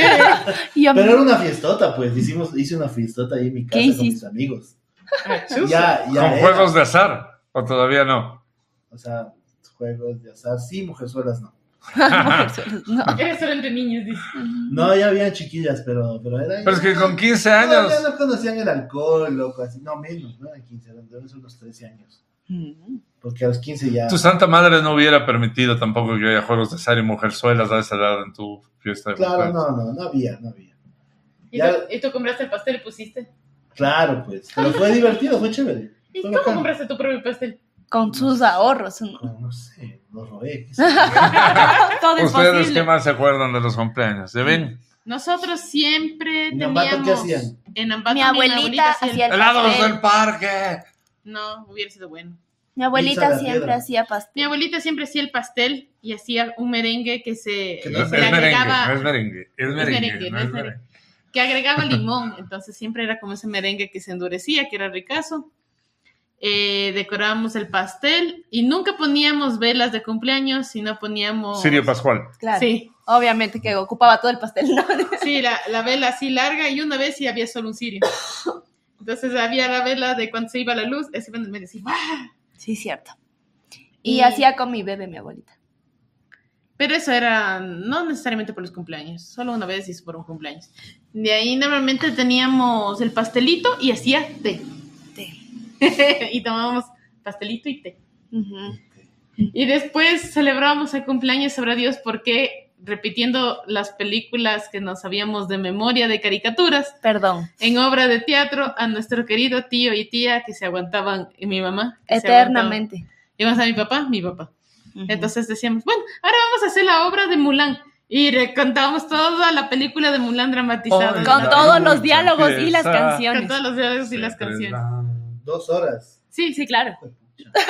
Speaker 3: Y "Mm, a mí-
Speaker 4: Pero era una fiestota, pues. Hicimos, hice una fiestota ahí en mi casa
Speaker 3: ¿Qué
Speaker 4: con mis
Speaker 3: hiciste?
Speaker 4: amigos. Ah,
Speaker 2: Achus.
Speaker 4: Ya, ya.
Speaker 1: Con
Speaker 4: era.
Speaker 1: juegos de azar. O todavía no.
Speaker 4: O sea, juegos de azar. Sí, mujerzuelas no.
Speaker 3: No.
Speaker 2: Era solo entre niños, dice.
Speaker 4: No, ya habían chiquillas, pero, pero era.
Speaker 1: Pero es que con 15
Speaker 4: Todavía
Speaker 1: años.
Speaker 4: no conocían el alcohol, loco, así. No, menos, no eran 15, eran eran unos 13 años. Porque a los 15 ya.
Speaker 1: Tu santa madre no hubiera permitido tampoco que haya juegos de azar y mujerzuelas a esa edad en tu fiesta de
Speaker 4: Claro,
Speaker 1: cumpleaños.
Speaker 4: no, no, no había, no había.
Speaker 2: ¿Y,
Speaker 4: Ya-
Speaker 2: tú, y tú compraste el pastel y pusiste?
Speaker 4: Claro, pues. Pero fue divertido, fue chévere.
Speaker 2: ¿Y
Speaker 4: Fue
Speaker 2: cómo
Speaker 4: bacán.
Speaker 2: compraste tu propio pastel?
Speaker 3: Con sus ahorros. ¿no?
Speaker 4: Como, No sé, lo robé. qué sé
Speaker 3: Todo es
Speaker 1: ¿Ustedes qué
Speaker 3: posible.
Speaker 1: más se acuerdan de los cumpleaños? ¿Ya ven?
Speaker 2: Nosotros siempre
Speaker 4: ¿En
Speaker 2: teníamos...
Speaker 4: Ambato qué hacían?
Speaker 2: En Ambato
Speaker 3: Mi abuelita hacía el
Speaker 1: ¡Helados
Speaker 3: pastel.
Speaker 1: del parque!
Speaker 2: No, hubiera sido bueno.
Speaker 3: Mi abuelita
Speaker 4: la
Speaker 3: siempre
Speaker 4: piedra.
Speaker 3: hacía pastel.
Speaker 2: Mi abuelita siempre hacía el pastel y hacía un merengue que se
Speaker 4: Que
Speaker 1: No, es
Speaker 2: le
Speaker 1: merengue,
Speaker 2: agregaba,
Speaker 1: no es merengue, es merengue, no
Speaker 2: merengue, no
Speaker 1: es
Speaker 2: es
Speaker 1: merengue.
Speaker 2: que agregaba limón. Entonces siempre era como ese merengue que se endurecía, que era ricazo. Eh, decorábamos el pastel y nunca poníamos velas de cumpleaños, sino poníamos...
Speaker 1: Sirio Pascual.
Speaker 3: Claro.
Speaker 2: Sí,
Speaker 3: Obviamente que ocupaba todo el pastel, ¿no?
Speaker 2: sí, la, la vela así larga y una vez sí había solo un cirio. Entonces había la vela de cuando se iba la luz, ese iba en el medio así, ¡guau!
Speaker 3: Sí, cierto. Y,
Speaker 2: Y-
Speaker 3: hacía con mi bebé, mi abuelita.
Speaker 2: Pero eso era no necesariamente por los cumpleaños, solo una vez hizo por un cumpleaños. De ahí normalmente teníamos el pastelito y hacía té.
Speaker 3: Té.
Speaker 2: y tomábamos pastelito y té.
Speaker 3: Ujú.
Speaker 2: Y después celebrábamos el cumpleaños, sabrá Dios por qué, repitiendo las películas que nos sabíamos de memoria de caricaturas
Speaker 3: Perdón.
Speaker 2: en obra de teatro a nuestro querido tío y tía que se aguantaban, y mi mamá. que se
Speaker 3: Eternamente.
Speaker 2: aguantaba. Y vamos a mi papá, mi papá.
Speaker 3: Ujú.
Speaker 2: Entonces decíamos, bueno, ahora vamos a hacer la obra de Mulan. Y recontábamos toda la película de Mulan dramatizada.
Speaker 1: Hola,
Speaker 3: con todos los
Speaker 1: lucha,
Speaker 3: diálogos y las
Speaker 1: empieza.
Speaker 2: Con
Speaker 3: canciones.
Speaker 2: todos los diálogos y las
Speaker 1: Siempre
Speaker 2: canciones.
Speaker 1: la-
Speaker 4: Dos horas.
Speaker 2: Sí, sí, claro. Nuestra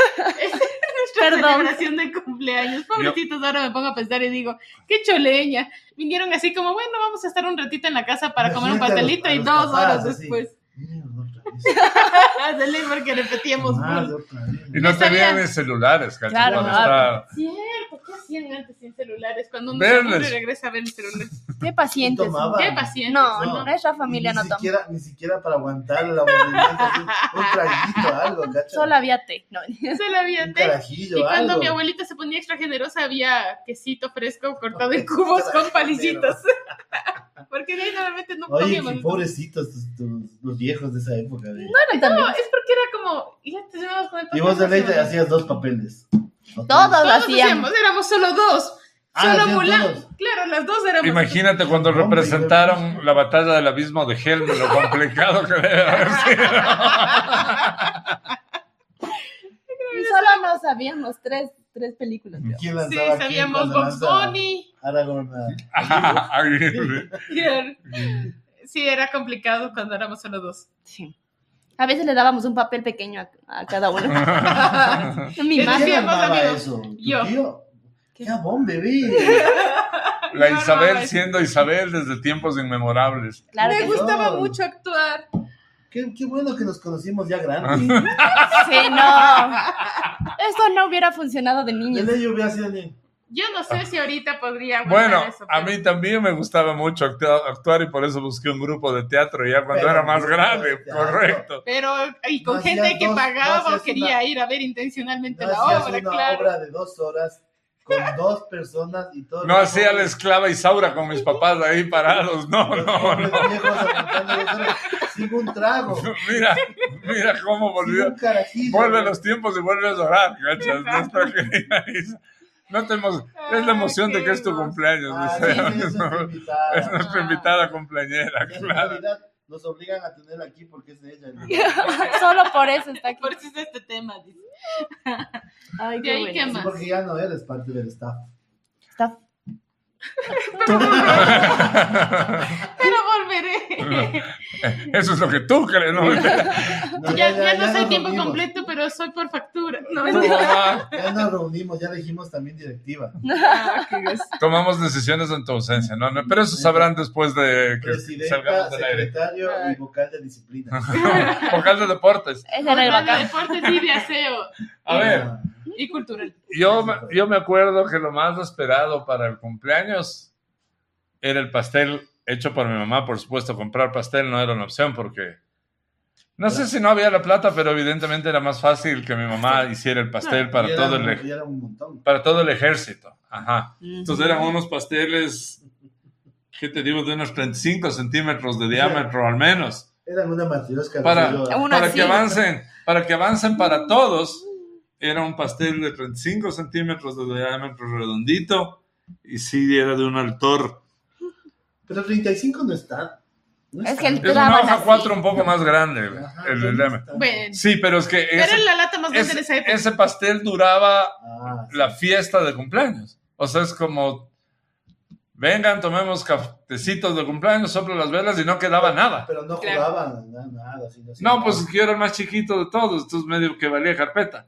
Speaker 3: Perdón.
Speaker 2: celebración de cumpleaños. Pobrecitos, ahora me pongo a pensar y digo, qué choleña. Vinieron así como, bueno, vamos a estar un ratito en la casa para comer un
Speaker 4: Imagínate
Speaker 2: pastelito
Speaker 4: a
Speaker 2: y
Speaker 4: los-
Speaker 2: dos
Speaker 4: a los
Speaker 2: horas
Speaker 4: papás, así.
Speaker 2: después.
Speaker 4: Mierda, otra vez.
Speaker 2: Dele, porque repetíamos.
Speaker 4: Madre,
Speaker 2: full.
Speaker 4: otra vez.
Speaker 1: Y no
Speaker 2: Esa
Speaker 1: tenían
Speaker 2: ya-
Speaker 1: ni celulares, cacho,
Speaker 3: Claro,
Speaker 1: para
Speaker 3: claro.
Speaker 1: estar-
Speaker 2: Cierto, ¿qué hacían antes sin celulares? Cuando uno
Speaker 1: Verles.
Speaker 2: se aburre, regresa a ver el celular.
Speaker 3: Qué pacientes.
Speaker 4: Tomaba.
Speaker 2: Qué paciencia.
Speaker 3: No,
Speaker 4: Ah. No.
Speaker 3: nuestra familia
Speaker 4: ni
Speaker 3: no toma.
Speaker 4: siquiera, Ni siquiera para aguantar el aburrimiento, así, un traguito, algo, ¿cachas?
Speaker 3: Solo había té. No.
Speaker 2: Solo había
Speaker 4: un
Speaker 2: té.
Speaker 4: carajillo,
Speaker 2: Y cuando
Speaker 4: algo.
Speaker 2: mi abuelita se ponía extra generosa, había quesito fresco cortado en cubos con palillitos. porque de ahí normalmente no
Speaker 4: Oye,
Speaker 2: comíamos.
Speaker 4: qué pobrecitos tus- tus- los viejos de esa época. güey.
Speaker 2: No, es porque era como. Ya te llevabas con el
Speaker 4: y vos de ley
Speaker 2: pastel,
Speaker 4: te
Speaker 2: ¿no?
Speaker 4: hacías dos papeles. ¿O tres?
Speaker 3: Todos
Speaker 2: Todos
Speaker 3: hacían.
Speaker 2: hacíamos, éramos solo dos.
Speaker 4: Ah,
Speaker 2: solo
Speaker 4: hacían
Speaker 2: Mulan.
Speaker 4: todos.
Speaker 2: Claro, las dos éramos.
Speaker 1: Imagínate cuando
Speaker 4: Hombre,
Speaker 1: representaron la batalla del abismo de Helm, lo complicado que debe haber sido.
Speaker 3: Y solo nos sabíamos tres, tres películas. creo.
Speaker 4: ¿Quién
Speaker 2: Sí,
Speaker 4: lanzaba a quién
Speaker 2: sabíamos
Speaker 4: cuando
Speaker 2: Box
Speaker 4: lanzaba?
Speaker 2: Bunny.
Speaker 4: Aragorn a-
Speaker 1: Aguirre.
Speaker 2: Sí, era complicado cuando éramos solo dos.
Speaker 3: Sí. A veces le dábamos un papel pequeño a, a cada uno. Mi
Speaker 2: Es
Speaker 3: madre.
Speaker 2: decir,
Speaker 4: ¿Quién
Speaker 2: hacíamos,
Speaker 4: armaba
Speaker 2: amigo.
Speaker 4: eso? ¿Tu
Speaker 2: Yo.
Speaker 4: tío?
Speaker 3: ¿Qué?
Speaker 4: ¡Qué abón, bebé!
Speaker 1: La
Speaker 2: No, no,
Speaker 1: Isabel
Speaker 2: es-
Speaker 1: siendo Isabel desde tiempos inmemorables.
Speaker 3: Claro
Speaker 2: Me
Speaker 3: que sí.
Speaker 2: gustaba
Speaker 4: no.
Speaker 2: mucho actuar.
Speaker 4: Qué, qué bueno que nos conocimos ya grandes.
Speaker 1: Ah.
Speaker 3: Sí, no. Esto no hubiera funcionado de
Speaker 4: De
Speaker 3: niños.
Speaker 4: ley yo hubiera sido ni-
Speaker 2: Yo no sé si ahorita podría aguantar
Speaker 1: Bueno,
Speaker 2: eso,
Speaker 1: a
Speaker 2: pero-
Speaker 1: mí también me gustaba mucho actua- actuar y por eso busqué un grupo de teatro ya cuando
Speaker 4: Pero
Speaker 1: era más
Speaker 4: no,
Speaker 1: grande,
Speaker 4: teatro.
Speaker 1: correcto.
Speaker 2: Pero, y con
Speaker 4: No hacías
Speaker 2: gente que
Speaker 4: dos- no
Speaker 2: pagaba o
Speaker 4: hacías
Speaker 2: quería
Speaker 4: una-
Speaker 2: ir a ver intencionalmente
Speaker 4: no
Speaker 2: la
Speaker 4: hacías
Speaker 2: obra,
Speaker 4: una
Speaker 2: claro.
Speaker 4: obra de dos horas con dos personas y todo.
Speaker 1: No hacía la esclava Isaura con mis papás ahí parados, no, no, no.
Speaker 4: Sin un trago,
Speaker 1: Mira, mira cómo
Speaker 4: sin
Speaker 1: volvió.
Speaker 4: un carajillo.
Speaker 1: Vuelve a los tiempos y vuelve a llorar, cachas. Nuestra querida Isa. No te emo- es la emoción de que es tu cumpleaños,
Speaker 4: Ah,
Speaker 1: o
Speaker 4: sí,
Speaker 1: sea,
Speaker 4: eso es
Speaker 1: ¿no?
Speaker 4: invitada.
Speaker 1: Es nuestra invitada cumpleañera,
Speaker 4: En
Speaker 1: claro.
Speaker 4: realidad, nos obligan a tenerla aquí porque es de ella. ¿no?
Speaker 3: Solo por eso está aquí.
Speaker 2: Por eso es este tema. dice.
Speaker 3: Ay,
Speaker 2: De ahí
Speaker 3: qué
Speaker 2: que
Speaker 3: bueno.
Speaker 4: Sí, porque ya no eres parte del staff.
Speaker 3: Está-
Speaker 2: Pero volveré.
Speaker 1: Eso es lo que tú crees, ¿no?
Speaker 4: Pues No,
Speaker 2: ya, ya no soy
Speaker 4: nos
Speaker 2: tiempo
Speaker 4: reunimos.
Speaker 2: completo, pero soy por factura. No,
Speaker 1: Tu mamá.
Speaker 4: Ya nos reunimos, ya elegimos también directiva. Ah,
Speaker 1: Tomamos decisiones en tu ausencia, ¿no? No, Pero eso sabrán después de que
Speaker 4: Presidenta,
Speaker 1: salgamos del aire.
Speaker 4: secretario
Speaker 2: Ay.
Speaker 4: y vocal de disciplina.
Speaker 1: Vocal de deportes.
Speaker 3: Ese era el
Speaker 2: de
Speaker 3: bacán.
Speaker 2: deportes y de aseo
Speaker 1: A ver,
Speaker 4: Ah,
Speaker 2: y cultural.
Speaker 1: yo, me- yo me acuerdo que lo más esperado para el cumpleaños era el pastel hecho por mi mamá, por supuesto. Comprar pastel no era una opción porque no sé si no había la plata, pero evidentemente era más fácil que mi mamá hiciera el pastel
Speaker 4: y
Speaker 1: para
Speaker 4: era-
Speaker 1: todo el, ej-
Speaker 4: y era un montón.
Speaker 1: para todo el ejército. Ajá.
Speaker 3: Mm.
Speaker 1: Entonces eran unos pasteles, ¿qué te digo? De unos 35 centímetros de diámetro al menos.
Speaker 4: Eran una martirosca.
Speaker 1: Para-
Speaker 3: Aún
Speaker 1: para
Speaker 3: así,
Speaker 1: que avancen, para que avancen para todos. Era un pastel de 35 centímetros de diámetro redondito y sí era de un altor.
Speaker 4: Pero 35 no está. No
Speaker 3: Es
Speaker 4: está.
Speaker 3: que el-
Speaker 1: Es una
Speaker 3: Daban
Speaker 1: hoja
Speaker 3: así.
Speaker 1: 4 un poco más grande. güey,
Speaker 4: Ajá,
Speaker 1: el
Speaker 4: no
Speaker 1: del DM.
Speaker 4: está.
Speaker 2: Bueno,
Speaker 1: Sí, pero es que
Speaker 2: pero
Speaker 1: ese,
Speaker 2: era la lata más grande de esa
Speaker 1: ese-
Speaker 2: época.
Speaker 1: ese pastel duraba
Speaker 4: Ah, sí.
Speaker 1: la fiesta de cumpleaños. O sea, es como vengan, tomemos cafecitos de cumpleaños, soplo las velas y no quedaba nada.
Speaker 4: Pero no
Speaker 2: Claro.
Speaker 4: jugaban, na- nada. así, así.
Speaker 1: No, pues yo era el más chiquito de todos, entonces medio que valía carpeta.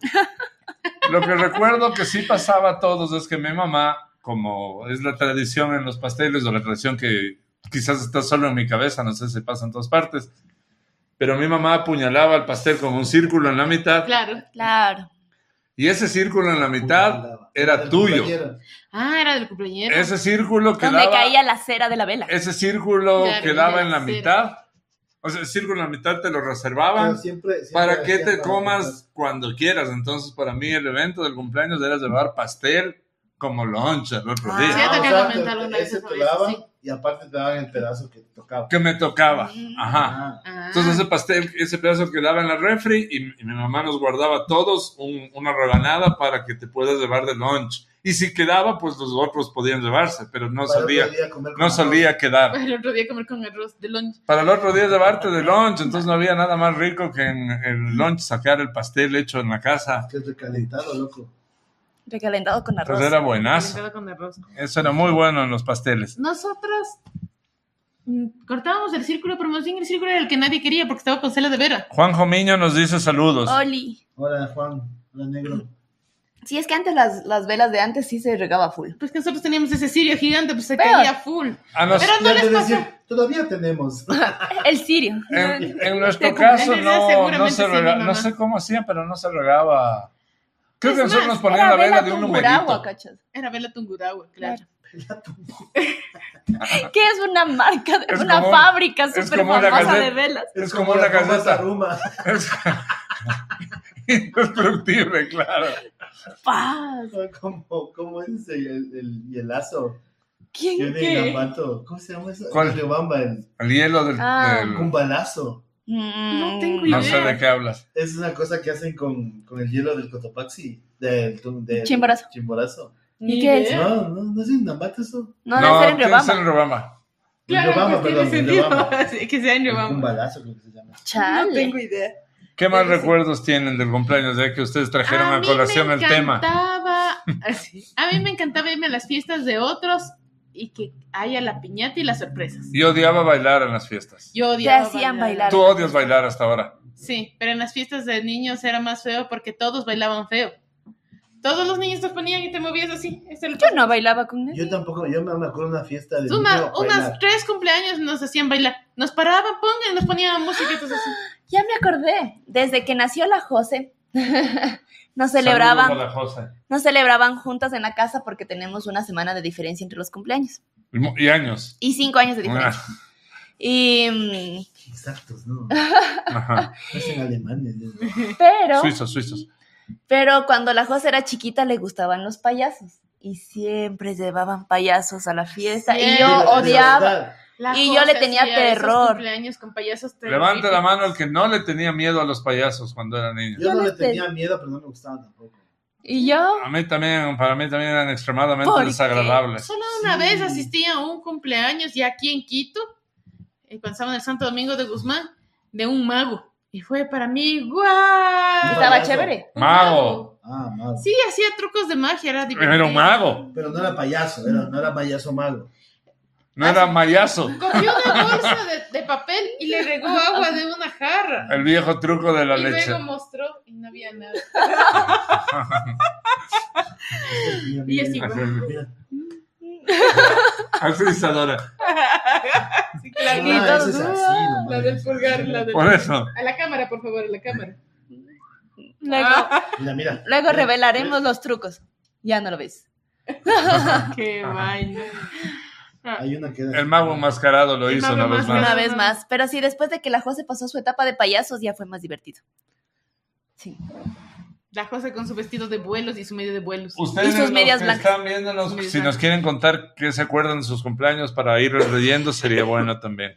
Speaker 1: Lo que recuerdo que sí pasaba a todos es que mi mamá, como es la tradición en los pasteles o la tradición que quizás está solo en mi cabeza, no sé si pasa en todas partes, pero mi mamá apuñalaba el pastel con un círculo en la mitad
Speaker 2: Claro.
Speaker 3: Claro.
Speaker 1: y ese círculo en la mitad, era
Speaker 4: El
Speaker 1: tuyo.
Speaker 4: compañero.
Speaker 2: Ah, era del cumpleañero.
Speaker 1: ese círculo
Speaker 3: Donde
Speaker 1: quedaba, Eh,
Speaker 3: caía la cera de la vela.
Speaker 1: ese círculo
Speaker 2: Claro,
Speaker 1: quedaba
Speaker 2: ya
Speaker 1: en la
Speaker 2: sé.
Speaker 1: mitad, o sea, el círculo en la mitad te lo
Speaker 4: Pero
Speaker 1: reservaban.
Speaker 4: siempre- siempre
Speaker 1: para que
Speaker 4: hacían
Speaker 1: te
Speaker 4: para-
Speaker 1: comas cuando quieras. Entonces, para mí, el evento del cumpleaños era llevar pastel como loncha el otro
Speaker 3: Ah.
Speaker 1: día.
Speaker 2: Cierto
Speaker 4: Ah,
Speaker 2: que
Speaker 4: o sea,
Speaker 2: comenté
Speaker 4: te-
Speaker 2: alguna vez
Speaker 4: ese
Speaker 2: esa
Speaker 4: te
Speaker 2: vez,
Speaker 4: daban
Speaker 2: sí.
Speaker 4: Y aparte te daban el pedazo que tocaba.
Speaker 1: Que me tocaba. Ajá.
Speaker 4: Ah,
Speaker 2: Ah.
Speaker 1: Entonces, ese pastel, ese pedazo quedaba en la refri y, y mi mamá nos guardaba todos un- una rebanada para que te puedas llevar de lunch. Y si quedaba, pues los otros podían llevarse, pero no
Speaker 4: para otro
Speaker 1: solía,
Speaker 4: día comer con
Speaker 1: no solía quedar.
Speaker 2: El otro día comer con arroz de lunch.
Speaker 1: Para el otro día llevarte de lunch, entonces no había nada más rico que en el lunch sacar el pastel hecho en la casa.
Speaker 4: arroz, Que es recalentado, loco.
Speaker 3: Recalentado con arroz.
Speaker 1: Entonces era buenazo.
Speaker 2: Calentado con arroz.
Speaker 1: Eso era muy bueno en los pasteles.
Speaker 2: Nosotros mm, cortábamos el círculo, pero más bien el círculo era el que nadie quería porque estaba con cela de vera.
Speaker 1: Juan Jomiño nos dice saludos.
Speaker 3: Oli.
Speaker 4: Hola, Juan. Hola, negro.
Speaker 3: Sí, es que antes las, las velas de antes sí se regaba full.
Speaker 2: Pues que nosotros teníamos ese cirio gigante, pues se
Speaker 3: Pero-
Speaker 2: caía full.
Speaker 1: A nos-
Speaker 2: Pero no
Speaker 4: Ya te
Speaker 2: les
Speaker 4: decía,
Speaker 2: pasa.
Speaker 4: Todavía tenemos.
Speaker 3: El sirio.
Speaker 1: en, en nuestro
Speaker 3: Te
Speaker 1: caso
Speaker 2: comprendo,
Speaker 1: no, no
Speaker 2: seguramente
Speaker 1: se
Speaker 2: sí,
Speaker 1: rega-
Speaker 2: mi
Speaker 1: no
Speaker 2: mamá.
Speaker 1: sé cómo hacían, pero no se regaba. Creo
Speaker 2: Es
Speaker 1: que nosotros
Speaker 2: más,
Speaker 1: nos ponían la vela de un
Speaker 3: Tungurahua,
Speaker 1: numerito.
Speaker 3: cachas.
Speaker 2: Era Vela Tungurahua, claro.
Speaker 3: Que es una marca, de-
Speaker 1: Es
Speaker 3: una
Speaker 1: como-
Speaker 3: fábrica
Speaker 1: es como
Speaker 3: súper
Speaker 1: una
Speaker 3: famosa
Speaker 1: galleta.
Speaker 3: de velas.
Speaker 1: Es como una
Speaker 4: la famosa
Speaker 1: caseta
Speaker 4: Ruma.
Speaker 1: Es indestructible, claro.
Speaker 3: Paz.
Speaker 4: Como, como es el, el, el hielazo.
Speaker 3: ¿Quién
Speaker 4: Tiene el
Speaker 3: qué?
Speaker 4: zapato. ¿Cómo se llama eso?
Speaker 1: ¿Cuál?
Speaker 4: El riobamba, el
Speaker 1: El hielo del.
Speaker 3: Ah.
Speaker 1: del-
Speaker 4: cumbalazo.
Speaker 3: Mm.
Speaker 2: No tengo
Speaker 1: no sé
Speaker 2: idea.
Speaker 1: de qué hablas.
Speaker 4: Es una cosa que hacen con, con el hielo del Cotopaxi. Del, del
Speaker 3: Chimborazo.
Speaker 4: Chimborazo.
Speaker 3: ¿Y
Speaker 2: Ni
Speaker 3: qué es?
Speaker 2: idea.
Speaker 4: No, no, no es un nambato eso.
Speaker 3: No, debe ser en
Speaker 1: tiene que ser en
Speaker 3: Riobamba.
Speaker 1: Riobamba.
Speaker 2: Claro,
Speaker 4: Riobamba,
Speaker 2: pues
Speaker 4: perdón,
Speaker 2: tiene sentido
Speaker 4: Riobamba.
Speaker 2: que sea en
Speaker 4: El
Speaker 2: Riobamba.
Speaker 4: cumbalazo creo que se llama.
Speaker 2: No
Speaker 3: Chale.
Speaker 2: tengo idea.
Speaker 1: ¿Qué más
Speaker 2: Pero sí.
Speaker 1: recuerdos tienen del cumpleaños? Ya que ustedes trajeron a,
Speaker 2: mí
Speaker 1: colación
Speaker 2: me
Speaker 1: el tema.
Speaker 2: encantaba- así, a mí me encantaba irme a las fiestas de otros y que haya la piñata y las sorpresas.
Speaker 1: Yo odiaba bailar en las fiestas.
Speaker 2: Yo odiaba
Speaker 3: Te hacían bailar.
Speaker 1: Tú odias bailar hasta ahora.
Speaker 2: Sí, pero en las fiestas de niños era más feo porque todos bailaban feo. Todos los niños te ponían y te movías así. Eso era-
Speaker 3: Yo no bailaba con él.
Speaker 4: Yo tampoco, yo me me acuerdo de una fiesta de.
Speaker 2: Una-
Speaker 4: niño,
Speaker 2: unas
Speaker 4: bailar.
Speaker 2: tres cumpleaños nos hacían bailar. Nos paraban, pongan, nos ponían música y todo así.
Speaker 3: Ya me acordé. Desde que nació la Jose, nos celebraban
Speaker 1: Saludos a la Jose.
Speaker 3: nos celebraban juntas en la casa porque tenemos una semana de diferencia entre los cumpleaños.
Speaker 1: Y mu- Y años. Ah,
Speaker 3: Y cinco años de diferencia. Y,
Speaker 4: Exactos, no.
Speaker 1: Ajá.
Speaker 4: No es en Alemania. ¿no?
Speaker 3: mm, pero,
Speaker 1: Suizos, suizos.
Speaker 3: pero cuando la José era chiquita le gustaban los payasos. Y siempre llevaban payasos a la fiesta. Y
Speaker 2: Siempre.
Speaker 3: yo
Speaker 4: De- de
Speaker 3: odiaba.
Speaker 4: verdad.
Speaker 2: La
Speaker 3: Y yo le
Speaker 2: José
Speaker 3: tenía
Speaker 2: hacía esos
Speaker 3: terror.
Speaker 2: cumpleaños con payasos
Speaker 1: Levanta la
Speaker 2: terroríficos.
Speaker 1: mano el que no le tenía miedo a los payasos cuando era niño.
Speaker 4: Yo no
Speaker 3: Yo
Speaker 4: le
Speaker 3: les pedí-
Speaker 4: tenía miedo, pero no me gustaban tampoco.
Speaker 3: Y yo,
Speaker 1: A mí también, para mí también eran extremadamente
Speaker 3: ¿Por qué?
Speaker 1: desagradables.
Speaker 2: Solo una
Speaker 4: Sí.
Speaker 2: vez asistí a un cumpleaños ya aquí en Quito, eh, cuando estaba en el Santo Domingo de Guzmán, de un mago. Y fue para mí, ¡guau!
Speaker 3: estaba
Speaker 4: payaso.
Speaker 3: chévere.
Speaker 2: Un
Speaker 1: Mago.
Speaker 4: Ah, malo.
Speaker 2: Sí, hacía trucos de magia, era divertido.
Speaker 1: Era un mago,
Speaker 4: Pero no era payaso, era, no era payaso malo.
Speaker 1: no era mayazo.
Speaker 2: Cogió una bolsa de, de papel y le regó agua de una jarra.
Speaker 1: El viejo truco de la
Speaker 2: y
Speaker 1: leche.
Speaker 2: luego mostró y no había nada. Y
Speaker 4: Mira, mira,
Speaker 2: así,
Speaker 4: mira.
Speaker 2: ¡guau!
Speaker 4: Mira.
Speaker 1: Así Isadora.
Speaker 2: Sí,
Speaker 4: Ah,
Speaker 2: claro.
Speaker 4: eso es así,
Speaker 3: ¡guau!
Speaker 4: nomás.
Speaker 2: La del pulgar, la del...
Speaker 1: Por eso.
Speaker 2: A la cámara, por favor, a la cámara.
Speaker 3: Luego,
Speaker 4: Mira, mira.
Speaker 3: luego revelaremos los trucos. Ya no lo ves.
Speaker 2: ¡Qué vaina!
Speaker 4: Hay una que era
Speaker 1: El mago enmascarado lo
Speaker 2: El
Speaker 1: hizo
Speaker 2: mago
Speaker 1: una vez
Speaker 2: enmascarado.
Speaker 1: más.
Speaker 3: Una
Speaker 2: no,
Speaker 3: vez
Speaker 2: no.
Speaker 3: más. Pero sí, después de que la José pasó su etapa de payasos, ya fue más divertido. Sí.
Speaker 2: La José con su vestido de vuelos y su medio de vuelos.
Speaker 1: Ustedes
Speaker 3: Y sus
Speaker 1: los
Speaker 3: medias
Speaker 1: que
Speaker 3: blancas.
Speaker 1: están viéndonos,
Speaker 2: Sus medias
Speaker 1: si nos
Speaker 2: blancas.
Speaker 1: quieren contar qué se acuerdan de sus cumpleaños para irles leyendo, sería bueno también.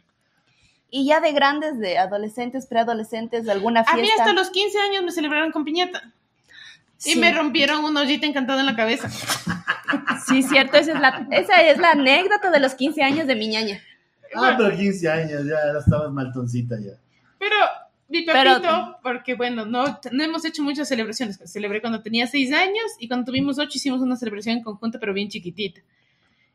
Speaker 3: Y ya de grandes, de adolescentes, preadolescentes, de alguna
Speaker 2: A mí
Speaker 3: fiesta.
Speaker 2: hasta los 15 años me celebraron con piñata.
Speaker 3: sí,
Speaker 2: Y me rompieron una ollita encantada en la cabeza.
Speaker 3: sí, cierto, esa es, la, esa es la anécdota de los 15 años de mi ñaña.
Speaker 4: Ah, pero 15 años, ya, ya estabas maltoncita ya.
Speaker 2: Pero mi
Speaker 3: Pero-
Speaker 2: papito, porque bueno, no, no hemos hecho muchas celebraciones. Celebré cuando tenía 6 años y cuando tuvimos 8 hicimos una celebración en conjunto, pero bien chiquitita.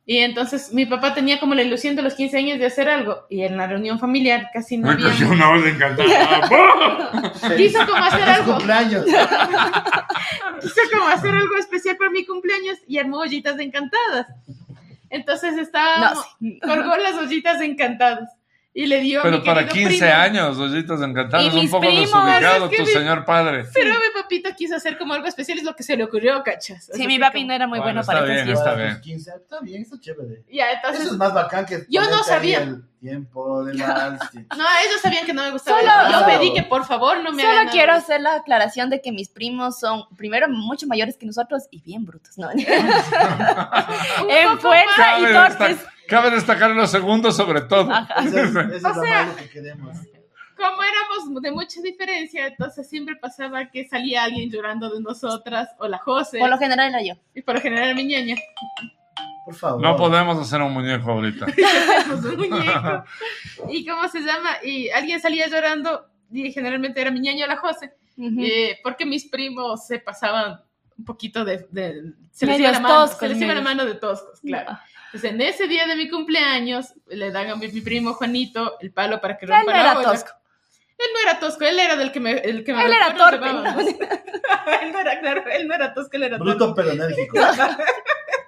Speaker 2: Y entonces mi papá tenía como la ilusión de los 15 años de hacer algo. Y en la reunión familiar casi no
Speaker 1: Me
Speaker 2: había.
Speaker 1: cogió una orden cantada. ¡Bah!
Speaker 2: Quiso como hacer
Speaker 4: Es
Speaker 2: algo.
Speaker 4: cumpleaños.
Speaker 2: Quiso como hacer algo especial para mi cumpleaños y armó ollitas de encantadas. Entonces estaba.
Speaker 3: No,
Speaker 2: Colgó las ollitas de encantadas. Y le dio a mi
Speaker 1: Pero para
Speaker 2: querido
Speaker 1: 15
Speaker 2: primo.
Speaker 1: años, Ollitas Encantadas,
Speaker 3: Y
Speaker 1: un
Speaker 3: mis
Speaker 1: poco
Speaker 3: primos,
Speaker 1: desubicado
Speaker 2: es que
Speaker 1: tu
Speaker 2: mi-
Speaker 1: señor padre.
Speaker 2: Pero mi papito quiso hacer como algo especial, es lo que se le ocurrió, cachas.
Speaker 3: Sí, mi papi no era muy
Speaker 1: Bueno,
Speaker 3: bueno,
Speaker 1: está
Speaker 3: para
Speaker 1: bien,
Speaker 3: esas
Speaker 1: está
Speaker 3: fiestas.
Speaker 1: bien.
Speaker 4: Sus 15, está bien, está chévere.
Speaker 2: Ya, entonces.
Speaker 4: Eso es más bacán que.
Speaker 2: Yo no
Speaker 4: ponerte ahí
Speaker 2: sabía.
Speaker 4: El tiempo de las. sí.
Speaker 2: No, ellos sabían que no me gustaba.
Speaker 3: Solo-
Speaker 2: eso. Yo
Speaker 4: Claro.
Speaker 2: pedí que por favor no me hagan
Speaker 3: Solo
Speaker 2: nada.
Speaker 3: quiero hacer la aclaración de que mis primos son, primero, mucho mayores que nosotros y bien brutos, ¿no?
Speaker 2: Un
Speaker 3: en
Speaker 2: poco
Speaker 3: fuerza
Speaker 1: Cabe,
Speaker 3: Ah, y
Speaker 1: desta-
Speaker 3: torpes.
Speaker 1: cabe destacar los segundos sobre todo.
Speaker 4: Eso es, eso es
Speaker 2: O
Speaker 4: lo
Speaker 2: sea-
Speaker 4: malo que queremos.
Speaker 2: como éramos de mucha diferencia, entonces siempre pasaba que salía alguien llorando de nosotras o la Jose.
Speaker 3: Por lo general era yo.
Speaker 2: Y por lo general era mi ñaña.
Speaker 4: Por favor.
Speaker 1: No podemos hacer un muñeco ahorita.
Speaker 2: Hacíamos un muñeco. ¿Y cómo se llama? Y alguien salía llorando y generalmente era mi ñaña o la Jose. eh, porque mis primos se pasaban un poquito de... de- se les, iba
Speaker 3: Medios
Speaker 2: la, mano,
Speaker 3: toscos,
Speaker 2: se les iba la
Speaker 3: medios.
Speaker 2: mano de toscos, claro. Entonces, en ese día de mi cumpleaños, le dan a mi, mi primo Juanito el palo para que
Speaker 3: Él no
Speaker 2: rompa la
Speaker 3: era
Speaker 2: olla.
Speaker 3: tosco.
Speaker 2: Él no era tosco, él era del que me. El que me
Speaker 3: Él era
Speaker 2: nosotros
Speaker 3: torpe.
Speaker 2: llevábamos. él no era, claro, él no era tosco, él era torpe.
Speaker 4: Bruto pero enérgico.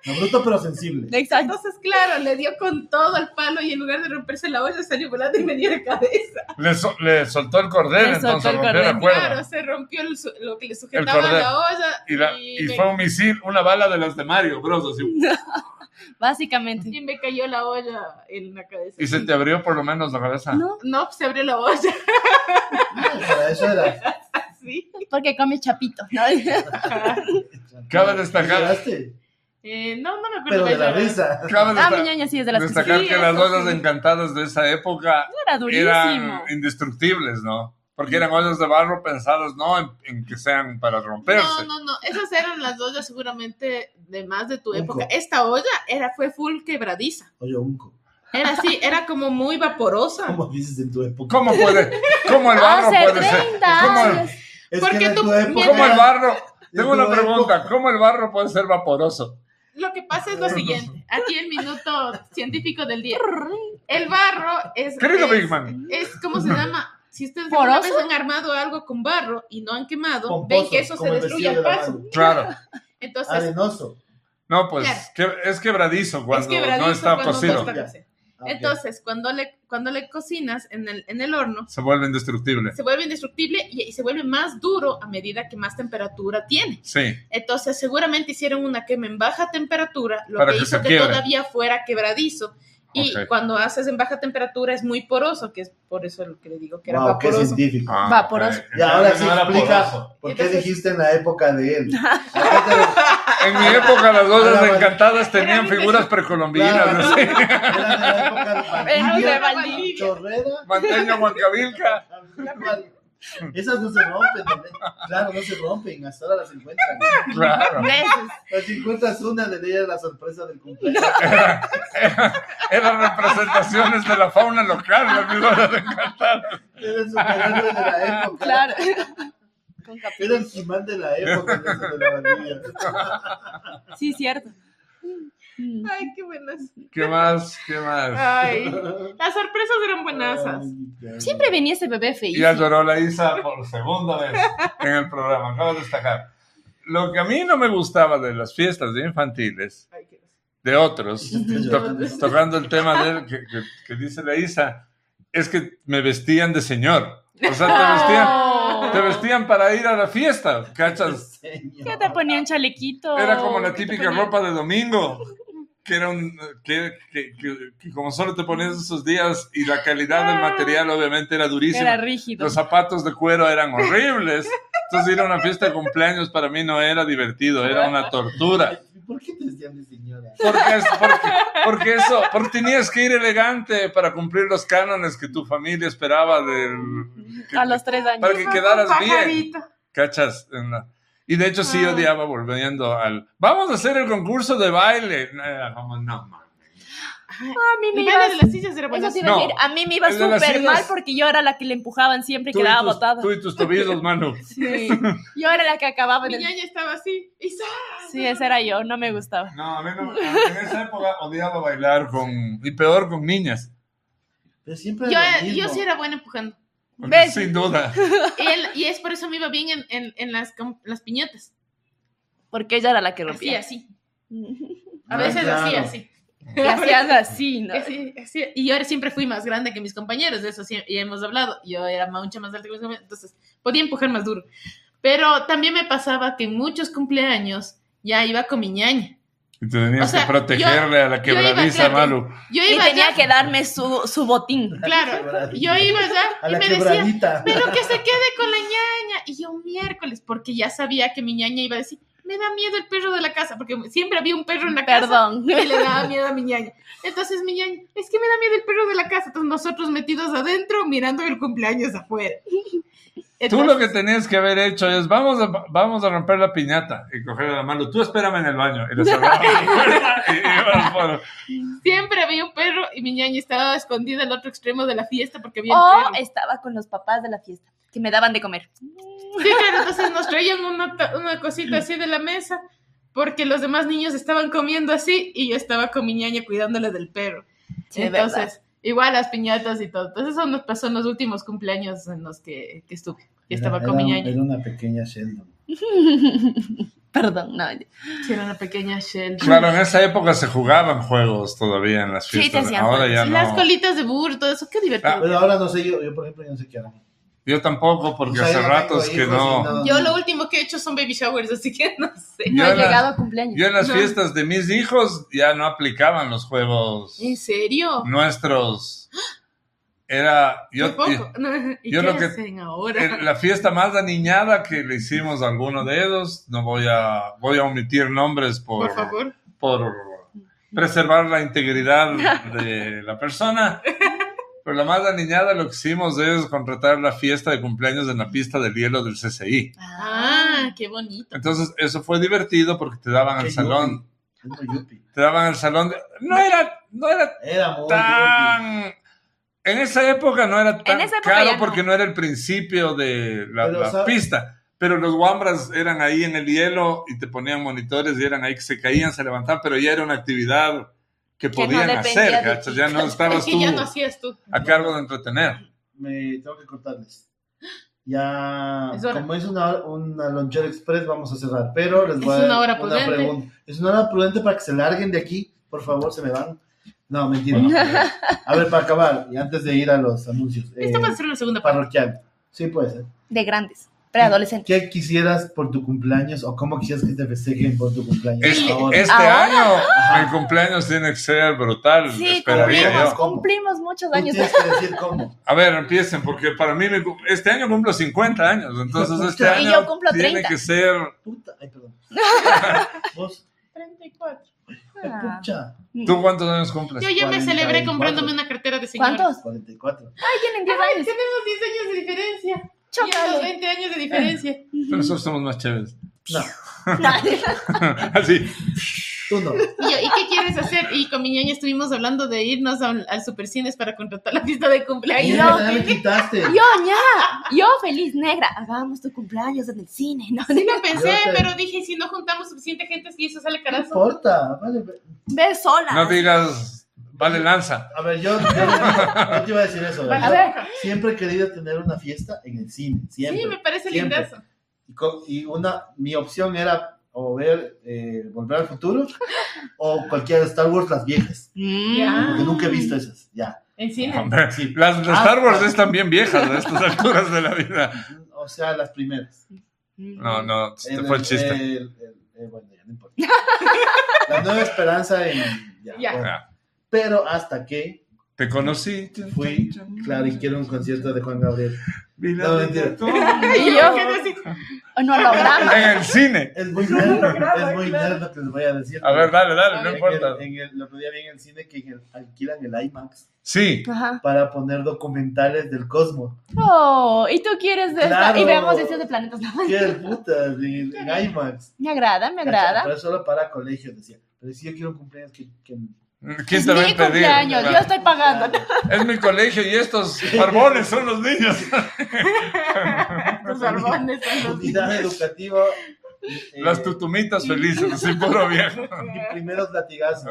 Speaker 4: No, bruto pero sensible.
Speaker 3: Exacto.
Speaker 2: Entonces, claro, le dio con todo al palo y en lugar de romperse la olla salió volando y me dio la cabeza.
Speaker 1: Le, so- le soltó el cordel,
Speaker 3: Le soltó
Speaker 1: entonces
Speaker 3: el
Speaker 1: rompió la
Speaker 3: cordel,
Speaker 1: cuerda.
Speaker 2: Claro, se rompió el su- lo que le sujetaba a
Speaker 1: cordel.
Speaker 2: la olla
Speaker 1: Y, la- y
Speaker 2: me,
Speaker 1: fue un misil, una bala de las de Mario Bros. así.
Speaker 3: Básicamente.
Speaker 2: y me cayó la olla en la cabeza.
Speaker 1: y se te abrió por lo menos la cabeza.
Speaker 3: No,
Speaker 2: No, pues, se abrió la olla,
Speaker 4: Ah, Para eso era.
Speaker 2: sí.
Speaker 3: porque come chapito. ¿no?
Speaker 1: Cabe destacar-
Speaker 4: ¿Lloraste?
Speaker 2: Eh, no, no me acuerdo.
Speaker 4: Pero de la
Speaker 2: llorar.
Speaker 4: risa.
Speaker 1: Cabe
Speaker 3: Ah,
Speaker 1: desta-
Speaker 3: mi ñaña sí es de las que sí.
Speaker 1: destacar
Speaker 2: sí,
Speaker 1: que las
Speaker 2: eso
Speaker 1: ollas
Speaker 2: sí.
Speaker 1: encantadas de esa época
Speaker 3: Era
Speaker 1: eran
Speaker 3: durísimo.
Speaker 1: indestructibles, ¿no? Porque eran ollas de barro pensadas no en, en que sean para romperse.
Speaker 2: No, no, no. Esas eran las ollas seguramente de más de tu
Speaker 4: Unco.
Speaker 2: época. Esta olla era, fue full quebradiza.
Speaker 4: Oye, unco.
Speaker 2: Era así, era como muy vaporosa.
Speaker 4: ¿Cómo dices en tu época?
Speaker 1: ¿Cómo puede? ¿Cómo el barro
Speaker 3: Hace
Speaker 1: puede ser?
Speaker 3: 30
Speaker 1: ¿Cómo el-
Speaker 3: años.
Speaker 4: Es
Speaker 2: Porque
Speaker 4: que en
Speaker 2: tú-
Speaker 4: tu época.
Speaker 1: ¿Cómo el
Speaker 4: era-
Speaker 1: barro?
Speaker 4: en
Speaker 1: Tengo una
Speaker 4: tu
Speaker 1: pregunta.
Speaker 4: época-
Speaker 1: ¿Cómo el barro puede ser vaporoso?
Speaker 2: Lo que pasa es lo siguiente. Aquí el minuto científico del día. El barro es.
Speaker 1: Querido
Speaker 2: es,
Speaker 1: Big Man.
Speaker 2: es como se llama. Si ustedes alguna
Speaker 3: ¿Poroso?
Speaker 2: vez han armado algo con barro y no han quemado,
Speaker 4: Pomposo,
Speaker 2: ven que eso se
Speaker 4: como el
Speaker 2: destruye al
Speaker 4: vestido de la
Speaker 2: paso.
Speaker 4: madre. Ah,
Speaker 1: Claro.
Speaker 2: Entonces,
Speaker 4: Arenoso.
Speaker 1: No, pues que- es quebradizo cuando
Speaker 2: es quebradizo
Speaker 1: no está
Speaker 2: cuando no
Speaker 1: cocido.
Speaker 2: está cocido.
Speaker 4: Ah, ok.
Speaker 2: Entonces, cuando le, cuando le cocinas en el, en el horno,
Speaker 1: Se vuelve indestructible.
Speaker 2: se vuelve indestructible y, y se vuelve más duro a medida que más temperatura tiene.
Speaker 1: Sí.
Speaker 2: Entonces, seguramente hicieron una quema en baja temperatura, lo
Speaker 1: Para
Speaker 2: que,
Speaker 1: que se
Speaker 2: hizo que
Speaker 1: quiebre.
Speaker 2: todavía fuera quebradizo. Y
Speaker 1: Ok.
Speaker 2: cuando haces en baja temperatura es muy poroso, que es por eso lo que le digo que era
Speaker 4: Wow, qué
Speaker 2: vaporoso.
Speaker 4: científico.
Speaker 1: Ah,
Speaker 3: Vaporoso.
Speaker 1: ok.
Speaker 4: Y ahora
Speaker 1: Entonces
Speaker 4: sí
Speaker 1: no era
Speaker 4: explica
Speaker 1: poroso.
Speaker 4: por qué
Speaker 2: Entonces-
Speaker 4: dijiste en la época de él. Acá
Speaker 1: En mi época las
Speaker 4: Ahora
Speaker 1: ollas
Speaker 4: va-
Speaker 1: encantadas tenían
Speaker 2: Era
Speaker 1: figuras
Speaker 4: te- Claro,
Speaker 1: precolombinas. así.
Speaker 4: Era de la época de
Speaker 3: Era de
Speaker 4: Valdivia,
Speaker 3: Valdivia.
Speaker 4: Chorrera.
Speaker 1: Manteña Huancavilca.
Speaker 4: Esas no se rompen, ¿no? claro, no se rompen, hasta ahora las encuentran.
Speaker 1: Claro.
Speaker 3: Besos.
Speaker 4: Las encuentras una de ellas la sorpresa del cumpleaños.
Speaker 1: Eran representaciones de la fauna local, las mis ollas encantadas.
Speaker 4: Era el superhéroe de la época.
Speaker 3: Claro. Con capito.
Speaker 4: Era el Jimán de la época de eso de la Valdivia.
Speaker 3: Sí, cierto. Mm.
Speaker 2: Ay, qué buenas.
Speaker 1: ¿Qué más? ¿Qué más?
Speaker 2: Ay, las sorpresas eran buenasas.
Speaker 3: Siempre venía ese bebé feísimo.
Speaker 1: Ya lloró la Isa por segunda vez en el programa. Acabo de destacar. Lo que a mí no me gustaba de las fiestas infantiles
Speaker 2: Ay, qué-
Speaker 1: de otros,
Speaker 4: Estoy
Speaker 1: to-
Speaker 4: llorando.
Speaker 1: tocando el tema de que, que- que dice la Isa, es que me vestían de señor. O sea, te vestían,
Speaker 3: Oh.
Speaker 1: te vestían para ir a la fiesta, ¿cachas?
Speaker 4: Señor.
Speaker 3: ¿Qué te ponía un chalequito?
Speaker 1: Era como la
Speaker 3: ¿Qué te
Speaker 1: típica
Speaker 3: ponía?
Speaker 1: ropa de domingo, que era un, que, que- que- que como solo te ponías esos días y la calidad del material obviamente era
Speaker 3: Era
Speaker 1: durísima.
Speaker 3: rígido.
Speaker 1: Los zapatos de cuero eran horribles. Entonces ir a una fiesta de cumpleaños para mí no era divertido, era una tortura.
Speaker 4: ¿Por qué te decían de señora?
Speaker 1: Porque, es- porque, porque eso, porque tenías que ir elegante para cumplir los cánones que tu familia esperaba del, que-
Speaker 3: A los tres
Speaker 1: para
Speaker 3: años.
Speaker 1: que quedaras
Speaker 2: Un
Speaker 1: bien,
Speaker 2: pajarito.
Speaker 1: ¿cachas? En la- y de hecho sí
Speaker 2: Ah.
Speaker 1: odiaba volviendo al, vamos a hacer el concurso de baile. No, era como, no, man.
Speaker 3: A mí me iba,
Speaker 2: de las sillas era buena.
Speaker 3: eso te iba a
Speaker 1: No,
Speaker 3: decir, a mí me iba
Speaker 1: el de las
Speaker 3: súper
Speaker 1: sillas-
Speaker 3: mal porque yo era la que le empujaban siempre y
Speaker 1: Tú y
Speaker 3: quedaba
Speaker 1: tus-
Speaker 3: botada.
Speaker 1: Tú y tus tobillos, mano.
Speaker 3: Sí. Yo era la que acababa
Speaker 2: Mi
Speaker 3: en el...
Speaker 2: ñaña estaba así. Y sa-
Speaker 3: Sí, esa era yo, no me gustaba.
Speaker 1: No, a mí no. En esa época odiaba bailar con. Y peor con niñas.
Speaker 4: Pero siempre
Speaker 2: yo,
Speaker 4: era lo mismo.
Speaker 2: yo sí era buena empujando.
Speaker 1: Porque
Speaker 3: ¿Ves?
Speaker 1: Sin duda.
Speaker 2: Y, él- y es por eso me iba bien en, en- en las, com- las piñatas.
Speaker 3: Porque ella era la que
Speaker 2: Así,
Speaker 3: rompía. Mm.
Speaker 2: así.
Speaker 3: Y
Speaker 2: A
Speaker 4: Ah,
Speaker 2: veces así,
Speaker 4: claro.
Speaker 2: así.
Speaker 3: hacías así, ¿no?
Speaker 2: Así, así. Y yo era- siempre fui más grande que mis compañeros, de eso sí, y hemos hablado. Yo era mucho más alta que mis compañeros, entonces podía empujar más duro. Pero también me pasaba que en muchos cumpleaños ya iba con mi ñaña.
Speaker 1: Y tú tenías
Speaker 2: O sea,
Speaker 1: que protegerle a la
Speaker 2: yo iba,
Speaker 1: quebradiza,
Speaker 2: claro.
Speaker 1: Malu.
Speaker 2: Yo
Speaker 3: Y
Speaker 2: iba
Speaker 3: tenía
Speaker 2: ya,
Speaker 3: que darme su, su botín.
Speaker 2: Claro, yo iba
Speaker 4: A
Speaker 2: ya y
Speaker 4: la
Speaker 2: me decía,
Speaker 4: quebradita.
Speaker 2: pero que se quede con la ñaña. Y yo miércoles, porque ya sabía que mi ñaña iba a decir, me da miedo el perro de la casa, porque siempre había un perro en la casa.
Speaker 3: Perdón.
Speaker 2: Y le daba miedo a mi ñaña. Entonces mi ñaña, es que me da miedo el perro de la casa. Entonces nosotros metidos adentro mirando el cumpleaños afuera.
Speaker 1: Tú
Speaker 2: Entonces,
Speaker 1: lo que tenías que haber hecho es: vamos a, vamos a romper la piñata y coger a la Malu. Tú espérame en el baño. Y le cerraba la puerta y iba al foro.
Speaker 2: Siempre había un perro y mi ñaña estaba escondida al otro extremo de la fiesta porque había un
Speaker 3: O
Speaker 2: perro.
Speaker 3: estaba con los papás de la fiesta, que me daban de comer.
Speaker 2: Sí, claro, entonces nos traían una, ta- una cosita así de la mesa porque los demás niños estaban comiendo así y yo estaba con mi ñaña cuidándole del perro.
Speaker 3: Sí,
Speaker 2: Entonces,
Speaker 3: ¿verdad?
Speaker 2: igual las piñatas y todo. Entonces eso nos pasó en los últimos cumpleaños en los que, que estuve. que
Speaker 4: Era-
Speaker 2: estaba con mi
Speaker 4: era-
Speaker 2: ñaña.
Speaker 4: Era una pequeña Sheldon.
Speaker 3: Perdón, no.
Speaker 2: Sí, era una pequeña shell.
Speaker 1: Claro, en esa época se jugaban juegos todavía en las
Speaker 3: Sí, te
Speaker 1: fiestas.
Speaker 3: hacían
Speaker 1: Ahora
Speaker 3: juegos.
Speaker 1: ya
Speaker 2: Y Las
Speaker 1: no. Ah,
Speaker 2: colitas de burro, todo eso, qué divertido.
Speaker 4: Pero ahora no sé, yo, yo por ejemplo yo no sé qué harán.
Speaker 1: Yo tampoco, porque
Speaker 4: O sea,
Speaker 1: hace
Speaker 4: yo
Speaker 1: rato
Speaker 4: Pues tengo
Speaker 1: es que
Speaker 4: hijos y
Speaker 1: no.
Speaker 2: Yo lo último que he hecho son baby showers, así que no sé.
Speaker 1: Yo
Speaker 3: No he
Speaker 1: en las-
Speaker 3: llegado a cumpleaños.
Speaker 1: Yo en las
Speaker 2: No.
Speaker 1: fiestas de mis hijos ya no aplicaban los juegos
Speaker 2: ¿En serio?
Speaker 1: nuestros. Era yo,
Speaker 2: Muy poco. No, ¿Y
Speaker 1: yo
Speaker 2: qué
Speaker 1: lo que-
Speaker 2: hacen ahora?
Speaker 1: eh, la fiesta más aniñada que le hicimos a alguno de ellos. No voy a voy a omitir nombres por
Speaker 2: Por favor.
Speaker 1: por preservar la integridad de la persona. Pero la más aniñada lo que hicimos es contratar la fiesta de cumpleaños en la pista del hielo del CCI.
Speaker 2: Ah, qué bonito.
Speaker 1: Entonces, eso fue divertido porque te daban
Speaker 4: Qué
Speaker 1: el salón,
Speaker 4: yupi, qué yupi.
Speaker 1: te daban el salón, de- no era, no era
Speaker 4: Era muy yupi.
Speaker 1: tan. En esa época no era tan
Speaker 3: esa época
Speaker 1: caro
Speaker 3: ya no.
Speaker 1: porque no era el principio de la,
Speaker 4: Pero,
Speaker 1: la
Speaker 4: ¿sabes?
Speaker 1: pista. Pero los Wambras eran ahí en el hielo y te ponían monitores y eran ahí que se caían, se levantaban, pero ya era una actividad que
Speaker 3: no
Speaker 1: podían
Speaker 3: dependía
Speaker 1: hacer,
Speaker 3: de
Speaker 1: ¿cachas?
Speaker 3: ti.
Speaker 1: Ya no estabas
Speaker 2: Es que
Speaker 1: tú
Speaker 2: ya no hacías tú.
Speaker 1: a cargo de entretener.
Speaker 4: Me tengo que cortarles. Ya,
Speaker 2: Es hora.
Speaker 4: como es una, una lonchera express, vamos a cerrar. Pero les voy
Speaker 2: Es
Speaker 4: a
Speaker 2: una hora prudente.
Speaker 4: pregunta. Es una hora prudente para que se larguen de aquí. Por favor, se me van. No, mentira. no.
Speaker 1: pues,
Speaker 4: a ver, para acabar, y antes de ir a los anuncios. eh,
Speaker 2: Esto Este va a ser una segunda parte.
Speaker 4: parroquial. Sí, puede ser.
Speaker 3: De grandes, preadolescentes.
Speaker 4: ¿Qué quisieras por tu cumpleaños o cómo quisieras que te festejen por tu cumpleaños?
Speaker 1: Es-
Speaker 4: Por favor.
Speaker 1: este
Speaker 3: Ahora.
Speaker 1: año, el cumpleaños tiene que ser brutal,
Speaker 3: Sí,
Speaker 1: esperaría
Speaker 3: cumplimos,
Speaker 1: yo.
Speaker 4: ¿cómo?
Speaker 3: cumplimos muchos
Speaker 4: Tú
Speaker 3: años.
Speaker 4: tienes que decir cómo.
Speaker 1: A ver, empiecen, porque para mí me cum- este año cumplo 50 años, entonces este
Speaker 3: Y
Speaker 1: año
Speaker 3: yo cumplo
Speaker 1: tiene
Speaker 3: 30.
Speaker 1: que ser...
Speaker 4: Puta, ay, perdón. Vos,
Speaker 2: 34.
Speaker 4: ay,
Speaker 3: Ah.
Speaker 4: pucha.
Speaker 1: ¿Tú cuántos años cumples?
Speaker 2: Yo ya me
Speaker 4: 44.
Speaker 2: celebré comprándome una cartera de señora.
Speaker 3: ¿Cuántos?
Speaker 4: 44.
Speaker 3: Ay, tienen 10
Speaker 2: Ay,
Speaker 3: años.
Speaker 2: tenemos 10 años de diferencia. Y los
Speaker 3: Chócale.
Speaker 2: 20 años de diferencia.
Speaker 1: Pero Nosotros somos más chéveres.
Speaker 4: No,
Speaker 1: Así.
Speaker 4: tú no.
Speaker 2: Y, yo, ¿y qué quieres hacer? Y con mi ñaña estuvimos hablando de irnos a un- al Supercines para contratar la fiesta de
Speaker 4: Mierda,
Speaker 2: cumpleaños.
Speaker 4: ya me quitaste.
Speaker 3: Yo, ya. Yo, feliz negra. Hagamos tu cumpleaños en el cine, ¿no?
Speaker 2: Sí lo pensé,
Speaker 4: Yo te-
Speaker 2: pero dije, si no juntamos suficiente gente, si eso sale
Speaker 4: No
Speaker 2: carazo.
Speaker 4: importa. Vale. ve-
Speaker 3: Ve sola.
Speaker 1: No digas, vale lanza.
Speaker 4: A ver, yo, yo, yo te iba a decir eso. ¿verdad?
Speaker 3: A ver.
Speaker 4: Siempre he querido tener una fiesta en el cine. Siempre.
Speaker 2: Sí, me parece
Speaker 4: siempre.
Speaker 2: lindazo.
Speaker 4: Y, co- y una, mi opción era o ver eh, Volver al Futuro o cualquiera de Star Wars, las viejas.
Speaker 3: Mm.
Speaker 2: Ya.
Speaker 4: Porque nunca he visto esas. Ya.
Speaker 2: En cine.
Speaker 1: Hombre,
Speaker 4: Sí.
Speaker 1: Las de
Speaker 2: Ah.
Speaker 1: Star Wars están bien viejas a estas alturas de la vida.
Speaker 4: O sea, las primeras.
Speaker 3: Mm.
Speaker 1: No, no, se te
Speaker 4: En
Speaker 1: Este fue el chiste.
Speaker 4: el- el- eh, bueno, ya no importa. La nueva esperanza en. Ya,
Speaker 2: Ya.
Speaker 4: bueno.
Speaker 1: Ya.
Speaker 4: Pero hasta que
Speaker 1: Ah, Te conocí.
Speaker 4: fui, claro, y quiero un concierto de Juan Gabriel.
Speaker 1: vi la
Speaker 4: No,
Speaker 1: de
Speaker 4: mentira.
Speaker 1: tú.
Speaker 2: Y yo me quedé así.
Speaker 3: Oh, No logramos.
Speaker 1: En el cine.
Speaker 4: Es muy nerd, es muy nerd lo que les voy a decir.
Speaker 1: A ver, dale,
Speaker 2: A
Speaker 1: dale, no
Speaker 2: ver,
Speaker 4: En
Speaker 1: importa.
Speaker 4: el- en el- el otro día vi en el cine que en el- alquilan el IMAX
Speaker 1: Sí,
Speaker 3: Ajá.
Speaker 4: para poner documentales del cosmos.
Speaker 3: Oh, y tú quieres de esta-
Speaker 4: Claro.
Speaker 3: Y veamos estos de planetas.
Speaker 4: ¿Qué del puta? En, el- en IMAX.
Speaker 3: Me agrada, me agrada.
Speaker 4: Pero solo para colegios, decía. Pero si yo quiero un cumpleaños que, que
Speaker 1: ¿Quién
Speaker 2: es
Speaker 1: te va a
Speaker 2: mi
Speaker 1: impedir?
Speaker 2: cumpleaños, yo estoy pagando.
Speaker 1: Es mi colegio y estos barbones son los niños.
Speaker 2: Los salmones "Ah, son los
Speaker 4: Unidad educativa. eh,
Speaker 1: Las tutumitas felices, así puro viejo.
Speaker 4: mis primeros latigazos.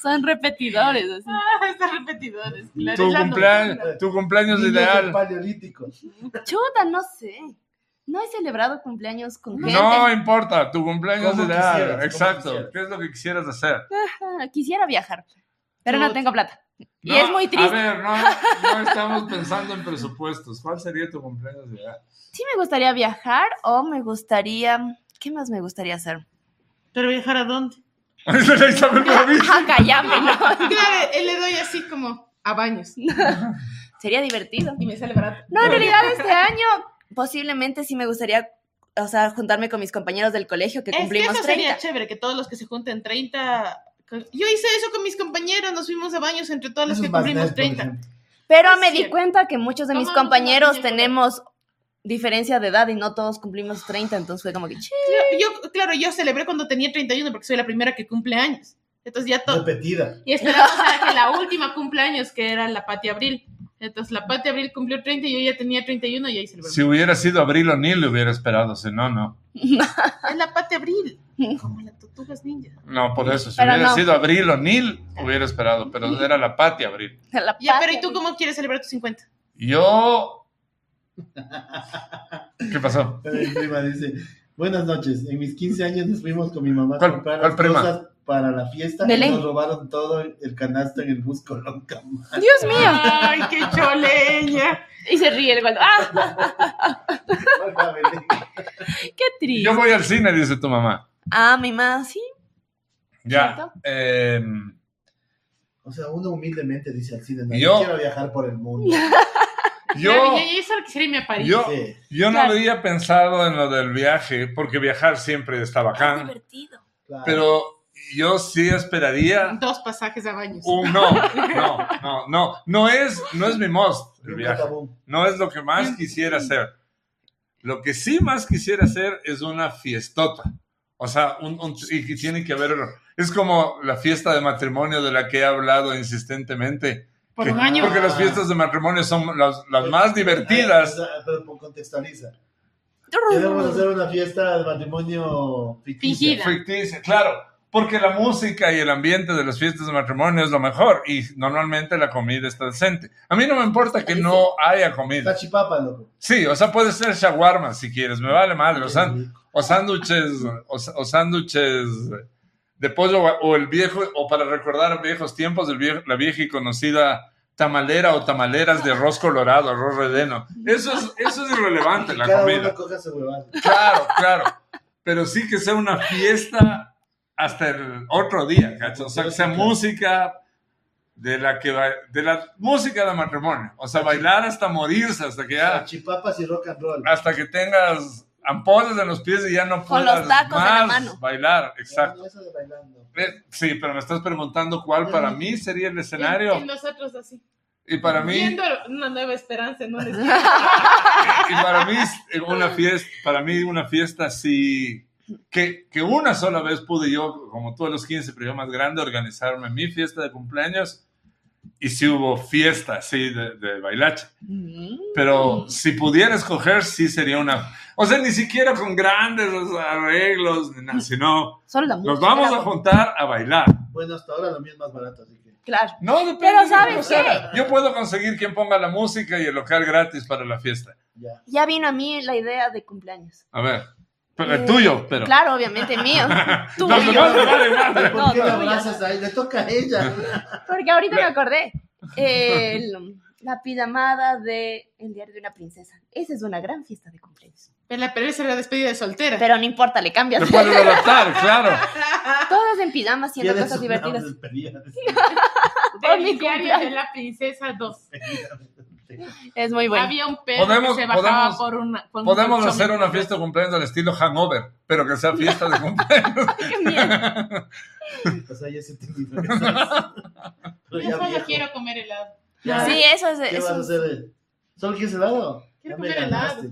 Speaker 3: Son repetidores, así.
Speaker 2: Están repetidores, claro.
Speaker 1: Tu
Speaker 2: es la
Speaker 1: cumpleaños,
Speaker 2: novela.
Speaker 1: tu cumpleaños
Speaker 4: Niños
Speaker 1: ideal.
Speaker 4: paleolíticos.
Speaker 3: Chuta, no sé. No he celebrado cumpleaños con gente.
Speaker 1: No importa, tu cumpleaños
Speaker 4: Como
Speaker 1: ideal.
Speaker 4: quisieras, como
Speaker 1: Exacto.
Speaker 4: quisieras.
Speaker 1: ¿Qué es lo que quisieras hacer?
Speaker 3: Ah, Quisiera viajar, pero
Speaker 2: Chuta.
Speaker 3: no tengo plata. Y
Speaker 1: No,
Speaker 3: es muy
Speaker 1: A
Speaker 3: triste.
Speaker 1: ver, no, no estamos pensando en presupuestos. ¿Cuál sería tu cumpleaños ideal?
Speaker 3: Sí me gustaría viajar o me gustaría... ¿Qué más me gustaría hacer?
Speaker 2: Pero viajar a dónde?
Speaker 1: Ahí está mi provincia.
Speaker 3: Ajá, callame, Ah, ¿no?
Speaker 2: Claro, él le doy así como a baños
Speaker 3: Sería divertido.
Speaker 2: y me sale barato.
Speaker 3: No, en realidad este año posiblemente sí me gustaría, o sea, juntarme con mis compañeros del colegio que
Speaker 2: Es que
Speaker 3: cumplimos
Speaker 2: eso
Speaker 3: 30.
Speaker 2: sería chévere, que todos los que se junten 30. Yo hice eso con mis compañeros, nos fuimos a baños entre todos los
Speaker 4: Esos
Speaker 2: que
Speaker 4: más
Speaker 2: cumplimos
Speaker 4: nerds, por
Speaker 2: 30.
Speaker 4: ejemplo.
Speaker 3: Pero
Speaker 2: Es
Speaker 3: me di
Speaker 2: cierto.
Speaker 3: cuenta que muchos de mis
Speaker 2: Tomamos una
Speaker 3: compañeros
Speaker 2: piña colada.
Speaker 3: tenemos diferencia de edad y no todos cumplimos 30, entonces fue como que... "Chi".
Speaker 2: Claro, Yo, claro, yo celebré cuando tenía 31 porque soy la primera que cumple años. Entonces ya todo.
Speaker 4: Repetida.
Speaker 2: Y esperamos a que la última cumpleaños, que era la Pati Abril. Entonces la Pati Abril cumplió 30 y yo ya tenía 31 y ahí celebramos.
Speaker 1: Si hubiera sido Abril O'Neill, le hubiera esperado. Si no, no.
Speaker 2: Es la Pati Abril. Como las tortugas ninja.
Speaker 1: No, por eso. Si
Speaker 3: Pero
Speaker 1: hubiera
Speaker 3: no.
Speaker 1: sido Abril O'Neill, hubiera esperado. Pero era la Pati Abril.
Speaker 3: La
Speaker 2: Ya, pero
Speaker 3: patria.
Speaker 2: ¿y tú cómo quieres celebrar tus 50?
Speaker 1: Yo. ¿Qué pasó?
Speaker 4: Mi prima dice, buenas noches, en mis 15 años nos fuimos con mi mamá
Speaker 1: ¿Cuál-
Speaker 4: a comprar
Speaker 1: cuál
Speaker 4: las
Speaker 1: prima?
Speaker 4: cosas para la fiesta
Speaker 3: Belén.
Speaker 4: y nos robaron todo el canasto en el bus Colón Camal.
Speaker 3: Dios mío.
Speaker 2: ¡Ay, qué choleña!
Speaker 3: Y se ríe el Waldo. ¡Ah!
Speaker 4: Hola, Belén.
Speaker 3: ¡Qué triste!
Speaker 1: Yo voy al cine, dice tu mamá.
Speaker 3: Ah, mi mamá, sí.
Speaker 1: Ya.
Speaker 3: ¿Cierto?
Speaker 1: em,
Speaker 4: O sea, uno humildemente dice al cine, no,
Speaker 1: ¿Y yo?
Speaker 4: yo quiero viajar por el mundo.
Speaker 1: yo,
Speaker 2: Claro, yo, yo solo quisiera irme a París.
Speaker 1: yo,
Speaker 4: Sí.
Speaker 1: yo no
Speaker 3: Claro.
Speaker 1: había pensado en lo del viaje, porque viajar siempre está
Speaker 2: Ah,
Speaker 3: Es
Speaker 1: bacán.
Speaker 3: divertido.
Speaker 4: Claro.
Speaker 1: Pero yo sí esperaría
Speaker 2: Dos pasajes a baños.
Speaker 1: un no, no, no, no. No es, no es mi most el
Speaker 4: Nunca
Speaker 1: viaje.
Speaker 4: acabó.
Speaker 1: No es lo que más quisiera hacer. Lo que sí más quisiera hacer es una fiestota. O sea, un, un- y que tiene que haber. Es como la fiesta de matrimonio de la que he hablado insistentemente.
Speaker 2: Por
Speaker 1: Que-
Speaker 2: un año.
Speaker 1: Porque las fiestas de matrimonio son las, las más divertidas.
Speaker 4: Ay, Pero pero contextualiza. Debemos hacer una fiesta de matrimonio ficticia.
Speaker 2: Fingida.
Speaker 1: Ficticia, claro. Porque la música y el ambiente de las fiestas de matrimonio es lo mejor. Y normalmente la comida está decente. A mí no me importa que no haya comida.
Speaker 4: Tachipapa, loco.
Speaker 1: Sí, o sea, puede ser shawarma si quieres. Me vale madre. O sea, o sándwiches o, s- o sándwiches de pollo o- o el viejo o para recordar viejos tiempos el vie- la vieja y conocida tamalera o tamaleras de arroz colorado arroz redeno eso es eso es irrelevante la
Speaker 4: Cada uno
Speaker 1: comida
Speaker 4: coja su huevada.
Speaker 1: claro claro pero sí que sea una fiesta hasta el otro día ¿cachai? o sea que sea música de la que va- de la música de matrimonio o sea bailar hasta morirse hasta que ya Ah,
Speaker 4: Tachipapas y rock and roll.
Speaker 1: hasta que tengas ampollas en los pies y ya no
Speaker 3: Con
Speaker 1: puedas
Speaker 3: los tacos en la
Speaker 1: más
Speaker 3: mano.
Speaker 1: bailar, exacto.
Speaker 4: No, eso de bailando.
Speaker 1: Eh, Sí, pero me estás preguntando cuál para mí sería el
Speaker 2: Y-
Speaker 1: escenario
Speaker 2: Y nosotros así.
Speaker 1: y para mí
Speaker 2: Viendo una nueva esperanza en un
Speaker 1: y para mí es una fiesta, para mí una fiesta así que, que una sola vez pude yo, como tú a los 15, pero yo más grande, organizarme mi fiesta de cumpleaños y si hubo fiesta así de, de bailache.
Speaker 2: Mm-hmm.
Speaker 1: Pero si pudiera escoger, sí sería una. O sea, ni siquiera con grandes o sea, arreglos, ni nada, sino
Speaker 3: Solo la
Speaker 1: nos
Speaker 3: música,
Speaker 1: vamos a
Speaker 3: la-
Speaker 1: juntar a bailar.
Speaker 4: Bueno, hasta ahora lo mío es más barato, así que.
Speaker 3: Claro.
Speaker 1: No, depende.
Speaker 3: Pero ¿saben
Speaker 1: o sea, Yo puedo conseguir quien ponga la música y el local gratis para la fiesta.
Speaker 4: Ya.
Speaker 3: Ya vino a mí la idea de cumpleaños.
Speaker 1: A ver, pero
Speaker 3: Eh,
Speaker 1: el tuyo, pero.
Speaker 3: Claro, obviamente mío. Tú.
Speaker 1: No, pero no, vale,
Speaker 4: ¿Por
Speaker 1: madre.
Speaker 3: No,
Speaker 4: qué
Speaker 3: no,
Speaker 4: la
Speaker 3: no, ya.
Speaker 4: abrazas ahí? Le toca a ella.
Speaker 3: Porque ahorita me acordé. El- la pijamada de El diario de una princesa. Esa es una gran fiesta de cumpleaños.
Speaker 2: En la Pérez era la despedida de soltera.
Speaker 3: Pero no importa, le cambias.
Speaker 1: Te pueden adaptar, claro.
Speaker 3: Todas en pijama haciendo
Speaker 4: Tienes
Speaker 3: cosas
Speaker 4: una
Speaker 3: divertidas.
Speaker 4: despedida.
Speaker 2: Del
Speaker 3: mi
Speaker 2: diario
Speaker 3: cumpleaños.
Speaker 2: de la princesa 2.
Speaker 3: Es muy bueno.
Speaker 2: Había un perro
Speaker 1: Podemos-
Speaker 2: que se
Speaker 1: podemos-
Speaker 2: bajaba por una. por un
Speaker 1: Podemos
Speaker 2: colchón.
Speaker 1: hacer una fiesta de cumpleaños al estilo hangover, pero que sea fiesta de cumpleaños.
Speaker 3: Qué miedo.
Speaker 4: O sea, ya se te Pero
Speaker 2: Yo
Speaker 4: ya
Speaker 2: solo
Speaker 4: viejo.
Speaker 2: quiero comer helado.
Speaker 4: Ya.
Speaker 3: Sí, eso es.
Speaker 4: ¿Qué
Speaker 3: eso
Speaker 4: vas a
Speaker 3: es-
Speaker 4: hacer? ¿Solo quieres helado?
Speaker 2: Quiero
Speaker 4: Ya me
Speaker 2: comer
Speaker 4: ganaste.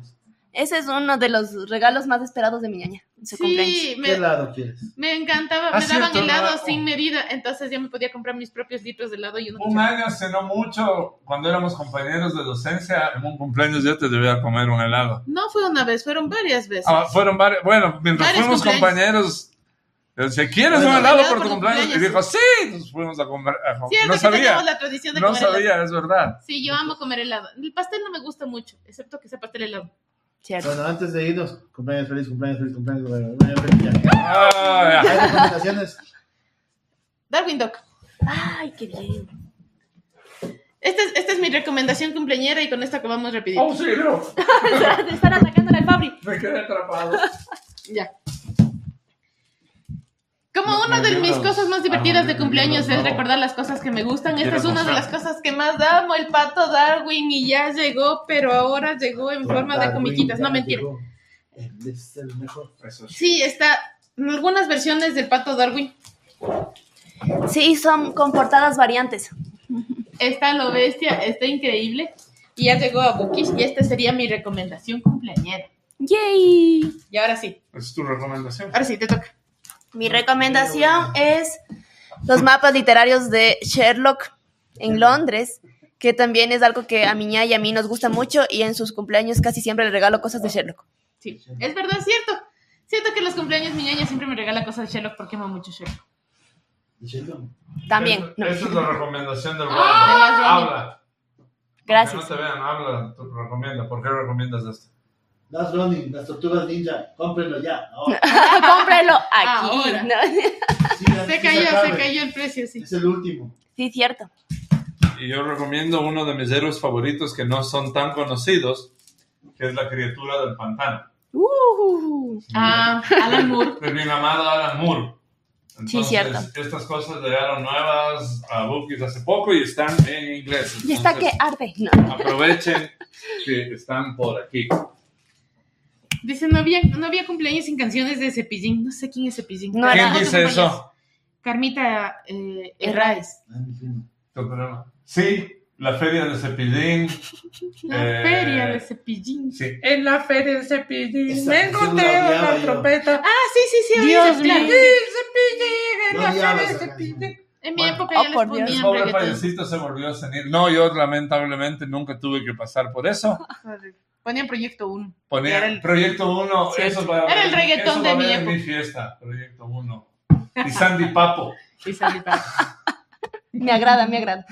Speaker 3: Ese es uno de los regalos más esperados de mi ñaña, su cumpleaños.
Speaker 2: Sí, me,
Speaker 4: ¿Qué helado quieres?
Speaker 2: me encantaba.
Speaker 1: Ah,
Speaker 2: me daban
Speaker 1: cierto,
Speaker 2: helado
Speaker 1: helado.
Speaker 2: sin medida. Entonces ya me podía comprar mis propios litros de helado y uno.
Speaker 1: Un año hace no mucho, cuando éramos compañeros de docencia, en un cumpleaños yo te debía comer un helado.
Speaker 2: No fue una vez, fueron varias veces.
Speaker 1: Ah, fueron varios, bueno, mientras
Speaker 2: Varios
Speaker 1: fuimos
Speaker 2: cumpleaños.
Speaker 1: compañeros, yo decía, ¿quieres
Speaker 4: Bueno,
Speaker 1: un helado
Speaker 2: helado
Speaker 1: por
Speaker 2: por
Speaker 1: tu
Speaker 2: tu
Speaker 1: cumpleaños? Y
Speaker 2: cumpleaños.
Speaker 1: dijo, sí, nos fuimos a comer. a comer.
Speaker 2: Cierto
Speaker 1: no
Speaker 2: que teníamos
Speaker 1: sabía,
Speaker 2: la tradición de
Speaker 1: no
Speaker 2: comer helado.
Speaker 1: sabía, es verdad.
Speaker 2: Sí, yo amo comer helado. El pastel no me gusta mucho, excepto que sea pastel helado.
Speaker 3: Cierto.
Speaker 4: Bueno, antes de irnos, cumpleaños feliz, cumpleaños feliz, cumpleaños feliz. Cumpleaños feliz. Ya.
Speaker 1: Ah, ya.
Speaker 4: ¿Hay recomendaciones?
Speaker 2: Darwin Doc.
Speaker 3: Ay, qué bien.
Speaker 2: Esta es, esta es mi recomendación cumpleañera y con esta acabamos rapidito.
Speaker 1: Auxilio,
Speaker 3: Oh, Te están atacando al Fabri.
Speaker 1: Oh, me quedé atrapado.
Speaker 2: Ya. Como
Speaker 1: Me-
Speaker 2: una
Speaker 1: me
Speaker 2: de
Speaker 1: vibra
Speaker 2: mis
Speaker 1: los-
Speaker 2: cosas más
Speaker 1: ah,
Speaker 2: divertidas
Speaker 1: me
Speaker 2: de
Speaker 1: vibra
Speaker 2: cumpleaños
Speaker 1: los
Speaker 2: es
Speaker 1: huevos.
Speaker 2: recordar las cosas que me gustan. Esta
Speaker 1: Quiero
Speaker 2: es una de
Speaker 1: mostrar.
Speaker 2: las cosas que más amo. El pato Darwin y ya llegó, pero ahora llegó en forma de comiquitas. No, mentira.
Speaker 4: Él es el mejor.
Speaker 1: Eso sí.
Speaker 2: Sí, está en algunas versiones del pato Darwin.
Speaker 3: Sí, son con portadas variantes.
Speaker 2: Está lo bestia, está increíble. Y ya llegó a Bookish y esta sería mi recomendación cumpleañera.
Speaker 3: ¡Yay!
Speaker 2: Y ahora sí,
Speaker 1: Es tu recomendación.
Speaker 2: ahora sí, te toca.
Speaker 3: Mi recomendación es los mapas literarios de Sherlock en Londres, que también es algo que a mi ña y a mí nos gusta mucho y en sus cumpleaños casi siempre le regalo cosas de Sherlock.
Speaker 2: Sí, es verdad, es cierto. Siento que en los cumpleaños mi ñaña siempre me regala cosas de Sherlock porque amo mucho Sherlock.
Speaker 3: También.
Speaker 1: Eso- Esa es la recomendación del Waldo.
Speaker 2: Ah, ya, ya.
Speaker 1: Habla. Que no
Speaker 3: Gracias.
Speaker 1: te vean, habla. Tú recomienda. ¿Por qué recomiendas esto?
Speaker 4: Las Ronin, las tortugas ninja, cómprenlo ya. ahora.
Speaker 3: Cómpralo aquí.
Speaker 2: Ahora.
Speaker 3: ¿no?
Speaker 4: Sí, antes
Speaker 2: Se
Speaker 4: que
Speaker 2: cayó, se
Speaker 4: acabe.
Speaker 2: cayó el precio, sí.
Speaker 4: Es el último.
Speaker 3: Sí, cierto.
Speaker 1: Y yo recomiendo uno de mis héroes favoritos que no son tan conocidos, que es la criatura del pantano.
Speaker 3: Uh.
Speaker 2: Ah, Alan Moore.
Speaker 1: El bien amado Alan Moore. Entonces,
Speaker 3: cierto.
Speaker 1: Estas cosas llegaron nuevas a Bookies hace poco y están en inglés.
Speaker 3: Y está que
Speaker 1: Entonces,
Speaker 3: arde. No.
Speaker 1: Aprovechen que están por aquí.
Speaker 2: Dice, no había, no había cumpleaños sin canciones de Cepillín. No sé quién es Cepillín. Ah,
Speaker 3: No,
Speaker 1: ¿Quién
Speaker 3: no,
Speaker 1: dice eso?
Speaker 2: Carmita eh, Herráez.
Speaker 4: Ah, mi primo.
Speaker 1: Tu programa. Sí, la feria de Cepillín.
Speaker 2: La
Speaker 1: Eh,
Speaker 2: feria de Cepillín.
Speaker 1: Sí.
Speaker 2: En la feria de Cepillín.
Speaker 4: Esa me canción encontré la odiaba una yo. trompeta.
Speaker 2: Ah, sí, sí, sí. oí
Speaker 3: Dios
Speaker 2: ese plan.
Speaker 3: mío.
Speaker 2: Sí, Cepillín, en
Speaker 4: No
Speaker 2: la
Speaker 4: odiaba
Speaker 2: feria de
Speaker 4: esa canción.
Speaker 2: Cepillín. En mi
Speaker 1: Bueno,
Speaker 2: época
Speaker 3: oh,
Speaker 2: ya
Speaker 3: por
Speaker 2: les
Speaker 3: Dios.
Speaker 1: El
Speaker 2: ponían
Speaker 1: pobre
Speaker 2: reggaetón.
Speaker 1: payasito se volvió senil. No, yo lamentablemente nunca tuve que pasar por eso.
Speaker 2: Ponían Proyecto 1.
Speaker 1: Ponía
Speaker 2: Era el-
Speaker 1: Proyecto 1,
Speaker 3: Cierto.
Speaker 1: eso va a
Speaker 2: Era el
Speaker 1: eso
Speaker 2: reggaetón
Speaker 1: va a
Speaker 2: de mi
Speaker 1: haber en
Speaker 2: época.
Speaker 1: mi fiesta, Proyecto 1. Y Sandy Papo.
Speaker 2: Y salí para-
Speaker 3: Me agrada, me agrada.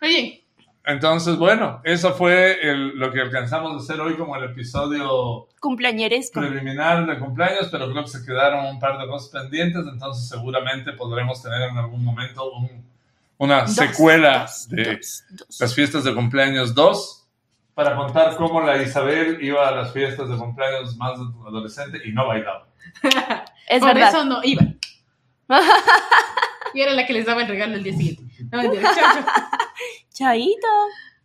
Speaker 2: Oye,
Speaker 1: Entonces, bueno, eso fue el- lo que alcanzamos a hacer hoy como el episodio
Speaker 3: Cumpleañeresco.
Speaker 1: preliminar de cumpleaños, pero creo que se quedaron un par de cosas pendientes, entonces seguramente podremos tener en algún momento un- una
Speaker 3: Dos,
Speaker 1: secuela
Speaker 3: dos,
Speaker 1: de
Speaker 3: dos, dos.
Speaker 1: las fiestas de cumpleaños 2 para contar cómo la Isabel iba a las fiestas de cumpleaños más adolescente y no bailaba.
Speaker 3: Es
Speaker 2: por
Speaker 3: verdad.
Speaker 2: eso no iba. y era la que les daba el regalo el día siguiente. No, mentira. Chao, chao.
Speaker 3: Chaito.